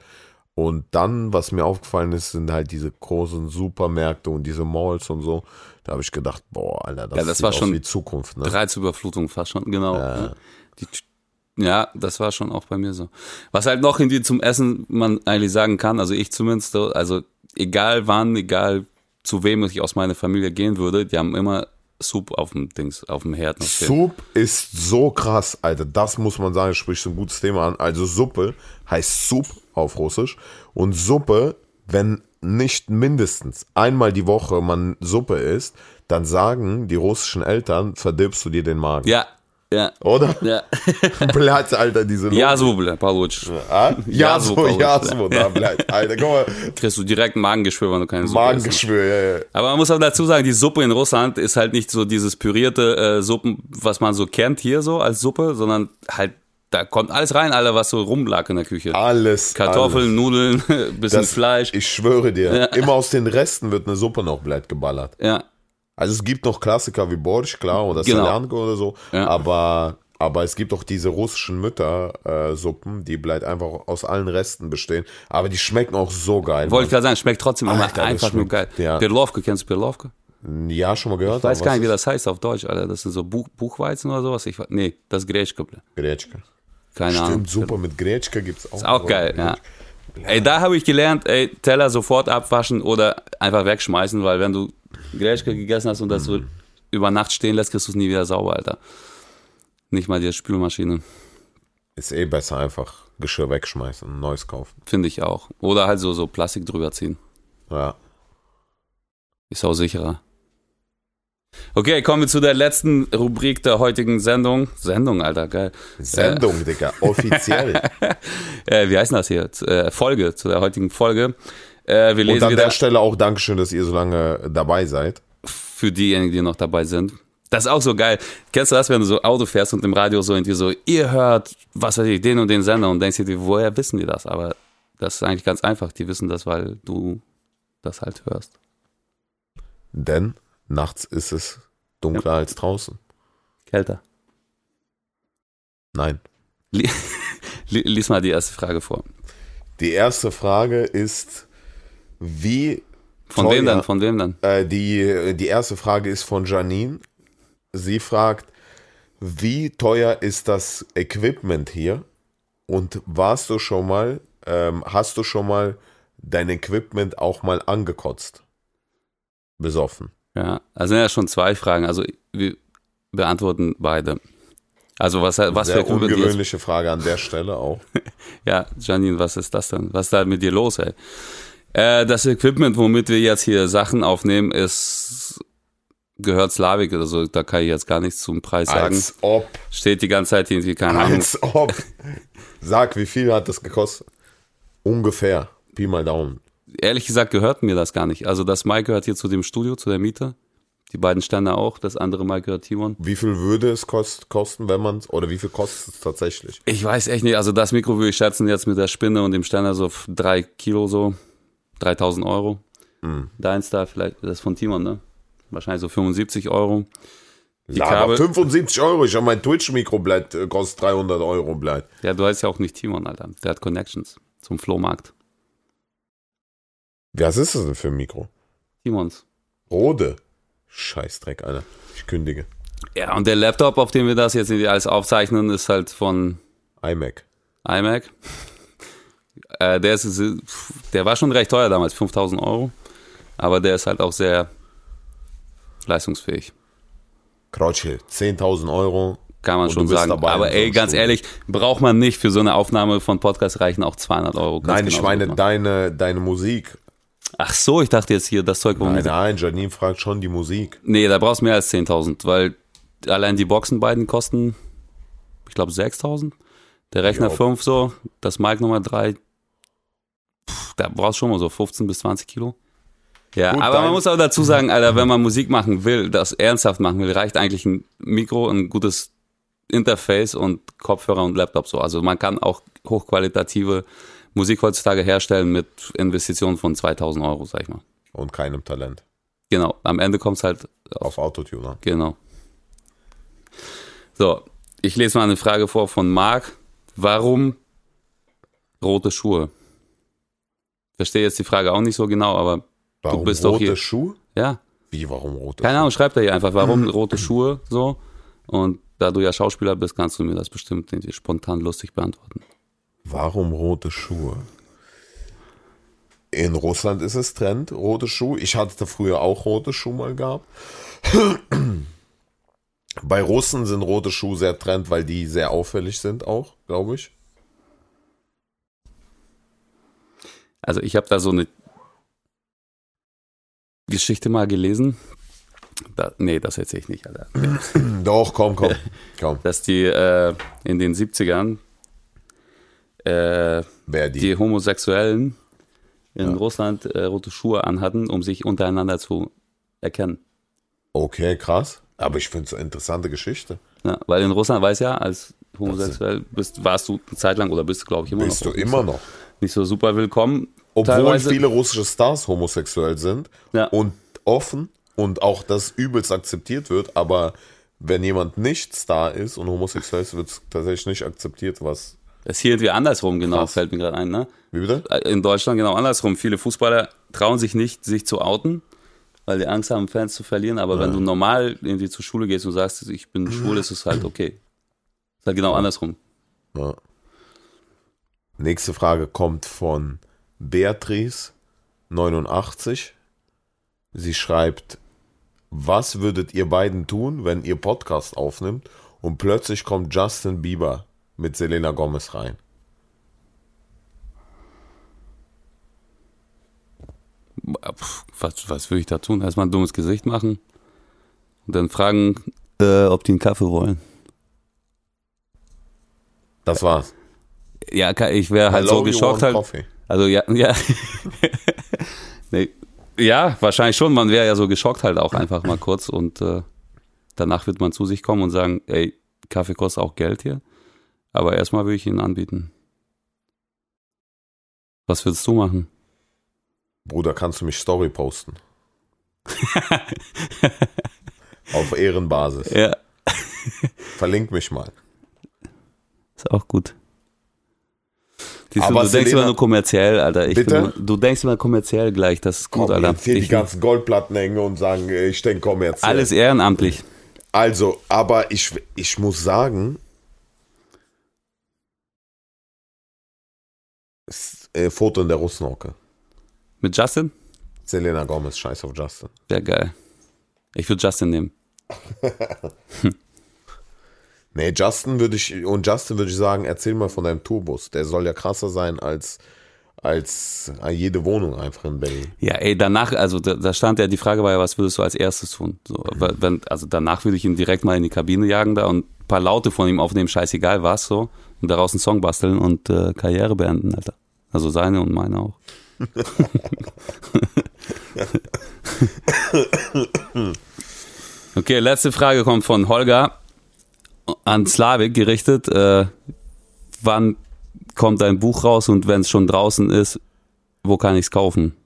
S1: Und dann, was mir aufgefallen ist, sind halt diese großen Supermärkte und diese Malls und so. Da habe ich gedacht, boah, Alter, das,
S2: Ja, das
S1: sieht
S2: war
S1: aus
S2: schon
S1: wie Zukunft. Ne?
S2: Reizüberflutung fast schon, genau. ne? Die, ja, das war schon auch bei mir so. Was halt noch irgendwie zum Essen man eigentlich sagen kann, also ich zumindest, so, also egal wann, egal zu wem ich aus meiner Familie gehen würde, die haben immer Soup auf dem Dings, auf dem Herd noch stehen.
S1: Soup ist so krass, Alter. Das muss man sagen, spricht so ein gutes Thema an. Also Suppe heißt Soup auf Russisch. Und Suppe, wenn nicht mindestens einmal die Woche man Suppe isst, dann sagen die russischen Eltern, verdirbst du dir den Magen.
S2: Ja, ja,
S1: Oder?
S2: ja.
S1: Platz, Alter, diese Leute.
S2: Ja, so, bля, получишь.
S1: Ah? Ja,
S2: Ja,
S1: so,
S2: Suppe,
S1: ja,
S2: Alter.
S1: so, da bleibt. Alter, guck mal,
S2: Kriegst du direkt Magengeschwür, wenn du keine Suppe isst.
S1: Magengeschwür, ja, ja.
S2: Aber man muss auch dazu sagen, die Suppe in Russland ist halt nicht so dieses pürierte äh, Suppen, was man so kennt hier so als Suppe, sondern halt, da kommt alles rein, Alter, was so rumlag in der Küche.
S1: Alles.
S2: Kartoffeln,
S1: alles.
S2: Nudeln, bisschen
S1: Das-
S2: Fleisch.
S1: Ich schwöre dir, immer aus den Resten wird eine Suppe noch bleibt geballert.
S2: Ja,
S1: Also es gibt noch Klassiker wie Borsch, klar, oder
S2: Genau.
S1: Saljanko oder so,
S2: Ja.
S1: aber, aber es gibt auch diese russischen Müttersuppen, die bleibt einfach aus allen Resten bestehen, aber die schmecken auch so geil.
S2: wollte ich gerade sagen, schmeckt trotzdem immer
S1: Alter, das
S2: einfach nur geil.
S1: schmeckt, ja.
S2: Pirlovke, kennst du Pirlovke?
S1: Mann. ja, schon mal gehört.
S2: Ich weiß
S1: aber
S2: gar nicht,
S1: was
S2: wie das heißt auf Deutsch, Alter. Das sind so Buch, Buchweizen oder sowas. Ich, we- nee, das ist Grätschke, bля.
S1: ist Grätschke.
S2: Keine Ahnung.
S1: Stimmt, super, mit Grätschke gibt es auch.
S2: Ist auch
S1: so
S2: geil, ja.
S1: Grätschke.
S2: Ey, da habe ich gelernt, ey, Teller sofort abwaschen oder einfach wegschmeißen, weil wenn du Grätschke gegessen hast und das so über Nacht stehen lässt, kriegst du es nie wieder sauber, Alter. Nicht mal die Spülmaschine,
S1: Ist eh besser einfach Geschirr wegschmeißen und neues kaufen.
S2: finde ich auch. Oder halt so, so Plastik drüber ziehen.
S1: Ja.
S2: Äh. Ist auch sicherer. Okay, kommen wir zu der letzten Rubrik der heutigen Sendung. Sendung, Alter, geil.
S1: Sendung, Digga, offiziell.
S2: Äh, wie heißt denn das hier? Z- Äh, Folge, zu der heutigen Folge. Äh, wir
S1: Und
S2: lesen
S1: an
S2: wieder
S1: der Stelle auch Dankeschön, dass ihr so lange dabei seid.
S2: für diejenigen, die noch dabei sind. Das ist auch so geil. Kennst du das, wenn du so Auto fährst und im Radio so irgendwie so, ihr hört, was weiß ich, den und den Sender und denkst dir, woher wissen die das? Aber das ist eigentlich ganz einfach. Die wissen das, weil du das halt hörst.
S1: Denn nachts ist es dunkler als draußen.
S2: Kälter.
S1: Nein.
S2: Lies mal die erste Frage vor.
S1: Die erste Frage ist, wie
S2: Von
S1: teuer-
S2: wem dann? Von wem dann?
S1: Äh, die, die erste Frage ist von Janine. Sie fragt, wie teuer ist das Equipment hier? Und warst du schon mal, ähm, hast du schon mal dein Equipment auch mal angekotzt? Besoffen.
S2: Ja, also sind ja schon zwei Fragen. Also wir beantworten beide. Also was, was
S1: Sehr
S2: für Gruppe die jetzt
S1: ungewöhnliche Frage an der Stelle auch.
S2: Ja, Janine, was ist das denn? Was ist da mit dir los, ey? Äh, das Equipment, womit wir jetzt hier Sachen aufnehmen, ist gehört Slavik oder so. Da kann ich jetzt gar nichts zum Preis sagen.
S1: Als ob,
S2: Steht die ganze Zeit irgendwie, keine Ahnung.
S1: als ob. Sag, wie viel hat das gekostet? Ungefähr. Pi mal Daumen.
S2: Ehrlich gesagt gehört mir das gar nicht. Also das Mic gehört hier zu dem Studio, zu der Miete. Die beiden Stände auch. Das andere Mic gehört Timon.
S1: Wie viel würde es kost, kosten, wenn man es, oder wie viel kostet es tatsächlich?
S2: Ich weiß echt nicht. Also das Mikro würde ich schätzen jetzt mit der Spinne und dem Ständer so auf drei Kilo so. 3000 Euro. Deins da vielleicht, das ist von Timon, ne? Wahrscheinlich so 75 Euro. Die
S1: Laber,
S2: Kabel-
S1: 75 Euro, ich habe mein Twitch-Mikro bleibt, äh, kostet 300 Euro bleibt.
S2: Ja, du heißt ja auch nicht Timon, Alter. Der hat Connections zum Flohmarkt.
S1: Was ist das denn für ein Mikro?
S2: Timons.
S1: Rode. Scheißdreck, Alter. Ich kündige.
S2: Ja, und der Laptop, auf dem wir das jetzt alles aufzeichnen, ist halt von
S1: iMac.
S2: iMac. Äh, der, ist, der war schon recht teuer damals, 5000 Euro. Aber der ist halt auch sehr leistungsfäig.
S1: Krautschild. 10.000 Euro.
S2: Kann man
S1: Und
S2: schon
S1: du bist
S2: sagen.
S1: dabei
S2: Aber
S1: in
S2: ey,
S1: so
S2: ganz
S1: einem
S2: ehrlich, braucht man nicht für so eine Aufnahme von Podcast reichen auch 200 Euro. Kannst
S1: Nein, ich
S2: genauso
S1: meine
S2: gut machen.
S1: deine, deine Musik.
S2: Ach so, ich dachte jetzt hier, das Zeug, wo man.
S1: Nein, nein, Janine fragt schon die Musik.
S2: Nee, da brauchst du mehr als 10.000, weil allein die Boxen beiden kosten, ich glaube, 6.000. Der Rechner
S1: Ja.
S2: 5 so, das Mic Nummer 3. Pff, da brauchst du schon mal so 15 bis 20 Kilo. Ja,
S1: Gut,
S2: aber man
S1: dein-
S2: muss auch dazu sagen, Alter, wenn man Musik machen will, das ernsthaft machen will, reicht eigentlich ein Mikro, ein gutes Interface und Kopfhörer und Laptop so. Also man kann auch hochqualitative Musik heutzutage herstellen mit Investitionen von 2000 Euro, sag ich mal.
S1: Und keinem Talent.
S2: Genau, am Ende kommt's halt
S1: Auf Autotuner.
S2: Genau. So, ich lese mal eine Frage vor von Marc. Warum rote Schuhe? Verstehe jetzt die Frage auch nicht so genau, aber
S1: Warum
S2: bist doch
S1: rote
S2: hier-
S1: Schuhe?
S2: ja.
S1: Wie, warum rote
S2: Keine
S1: Schuhe?
S2: Ahnung, schreibt er hier einfach, warum rote Schuhe so. Und da du ja Schauspieler bist, kannst du mir das bestimmt irgendwie spontan lustig beantworten.
S1: Warum rote Schuhe? In Russland ist es Trend, rote Schuhe. Ich hatte früher auch rote Schuhe mal gehabt. Bei Russen sind rote Schuhe sehr Trend, weil die sehr auffällig sind auch, glaube ich.
S2: Also ich habe da so eine Geschichte mal gelesen. Da, nee, das erzähle ich nicht, Alter.
S1: Doch, komm, komm, komm.
S2: Dass die äh, in den 70ern äh,
S1: Wer die?
S2: die Homosexuellen in
S1: Ja.
S2: Russland äh, rote Schuhe anhatten, um sich untereinander zu erkennen.
S1: Okay, krass. Aber ich finde es eine interessante Geschichte.
S2: Ja, weil in Russland weiß ja, als homosexuell bist, warst du eine Zeit lang oder bist du, glaube ich, immer
S1: Bist du
S2: noch
S1: immer noch.
S2: nicht so super willkommen.
S1: Obwohl
S2: Teilweise-
S1: viele russische Stars homosexuell sind
S2: Ja.
S1: und offen und auch das übelst akzeptiert wird, aber wenn jemand nicht Star ist und homosexuell ist, wird es tatsächlich nicht akzeptiert, was.
S2: Es hier irgendwie andersrum, genau,
S1: Krass.
S2: fällt mir gerade ein. Ne?
S1: Wie bitte?
S2: In Deutschland genau andersrum. Viele Fußballer trauen sich nicht, sich zu outen, weil die Angst haben, Fans zu verlieren. Aber wenn du normal irgendwie zur Schule gehst und sagst, ich bin schwul, ist es halt okay. Ist halt genau andersrum.
S1: Ja. Nächste Frage kommt von Beatrice89. Sie schreibt, was würdet ihr beiden tun, wenn ihr Podcast aufnimmt und plötzlich kommt Justin Bieber mit Selena Gomez rein?
S2: äh, Pff, was, was würde ich da tun? Erstmal ein dummes Gesicht machen und dann fragen, äh, ob die einen Kaffee wollen.
S1: Das war's.
S2: Ja, ka- ich wäre halt so
S1: Hello, you
S2: geschockt
S1: want
S2: halt.
S1: coffee?
S2: Also ja, ja. nee. Ja, wahrscheinlich schon. Man wäre ja so geschockt halt auch einfach mal kurz und äh, danach wird man zu sich kommen und sagen, ey, Kaffee kostet auch Geld hier. Aber erstmal würde ich ihn anbieten. Was würdest du machen?
S1: Bruder, kannst du mich Story posten? Auf Ehrenbasis.
S2: Ja,
S1: Verlink mich mal.
S2: Ist auch gut. Siehst du,
S1: Aber
S2: du denkst
S1: Selena-
S2: immer nur kommerziell, Alter. Ich
S1: Bitte?
S2: Bin, nur- du denkst immer kommerziell gleich, das ist gut,
S1: Komm,
S2: Alter.
S1: jetzt hier die
S2: Ich-
S1: ganzen Goldplatten hängen und sagen, äh, ich denke, komm jetzt.
S2: alles ehrenamtlich.
S1: Also, aber ich, ich muss sagen, S- äh, Foto in der Russenhocke.
S2: Mit Justin?
S1: Selena Gomez, scheiß auf Justin.
S2: Wäre geil. Ich würde Justin nehmen.
S1: Nee, Justin würde ich, und Justin würde ich sagen, erzähl mal von deinem Tourbus. Der soll ja krasser sein als, als äh, jede Wohnung einfach in Berlin.
S2: Ja, ey, danach, also da, da stand ja, die Frage war ja, was würdest du als erstes tun? So, weil wenn, also danach würde ich ihn direkt mal in die Kabine jagen da und ein paar Laute von ihm aufnehmen, scheißegal was, so. Und daraus einen Song basteln und äh, Karriere beenden, Alter. Also seine und meine auch. okay, letzte Frage kommt von Holger an Slavik gerichtet. Äh, wann kommt dein Buch raus und wenn es schon draußen ist, wo kann ich es kaufen?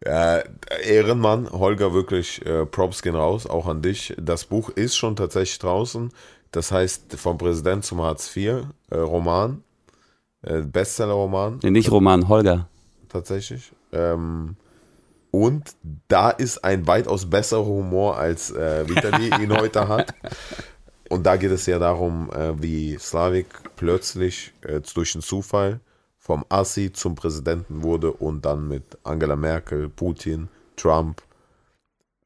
S1: Äh, Ehrenmann, Holger, wirklich äh, Props gehen raus, auch an dich. Das Buch ist schon tatsächlich draußen. Das heißt Vom Präsident zum Hartz IV, äh, Roman, äh, Bestseller-Roman.
S2: Nee, nicht Roman, Holger.
S1: Tatsächlich. Ähm, und da ist ein weitaus besserer Humor, als äh, Vitali ihn heute hat. Und da geht es ja darum, äh, wie Slavik plötzlich äh, durch einen Zufall vom Assi zum Präsidenten wurde und dann mit Angela Merkel, Putin, Trump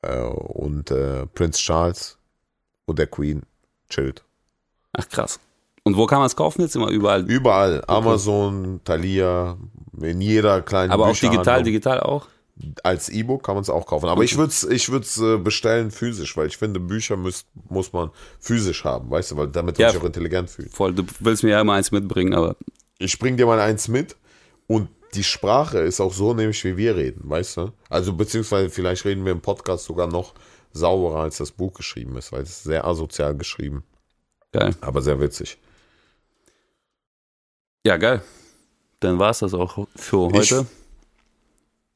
S1: äh, und äh, Prinz Charles und der Queen chillt.
S2: Ach krass. Und wo kann man es kaufen jetzt immer überall?
S1: Überall, Amazon, Thalia, in jeder kleinen
S2: Aber auch
S1: Bücherhandlung.
S2: digital, digital auch.
S1: Als E-Book kann man es auch kaufen. Aber ich würde es ich würd's, äh, bestellen physisch, weil ich finde, Bücher müsst, muss man physisch haben, weißt du, weil damit
S2: Ja.
S1: man sich auch intelligent fühlt.
S2: Voll, du willst mir ja immer eins mitbringen, aber
S1: ich bring dir mal eins mit und die Sprache ist auch so nämlich, wie wir reden, weißt du? Also beziehungsweise vielleicht reden wir im Podcast sogar noch sauberer, als das Buch geschrieben ist, weil es ist sehr asozial geschrieben,
S2: geil.
S1: aber sehr witzig.
S2: Ja, geil. Dann war es das auch für
S1: Ich-
S2: heute.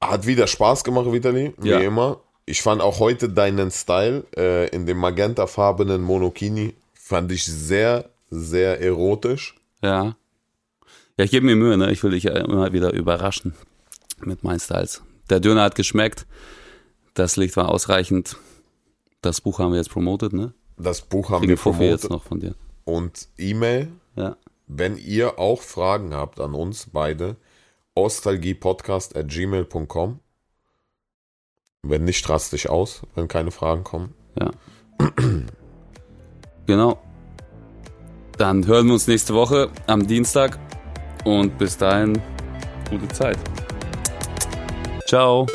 S1: Hat wieder Spaß gemacht, Vitali,
S2: Ja.
S1: wie immer. Ich fand auch heute deinen Style äh, in dem magentafarbenen Monokini, fand ich sehr, sehr erotisch.
S2: ja. Ja, ich gebe mir Mühe, ne? Ich will dich ja immer wieder überraschen mit meinen Styles. Der Döner hat geschmeckt. Das Licht war ausreichend. Das Buch haben wir jetzt promotet, ne?
S1: Das Buch haben
S2: Kriegen
S1: wir
S2: Fuffi jetzt ne?
S1: promotet
S2: noch von dir.
S1: und E-Mail
S2: Ja.
S1: Wenn ihr auch Fragen habt an uns beide, ostalgiepodcast at gmail.com. Wenn nicht, rast dich aus, wenn keine Fragen kommen.
S2: Genau. Dann hören wir uns nächste Woche am Dienstag. Und bis dahin, gute Zeit. Ciao.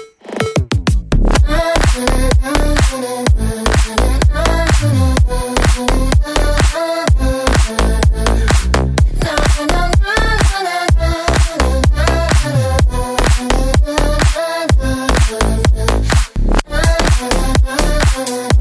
S3: Thank you.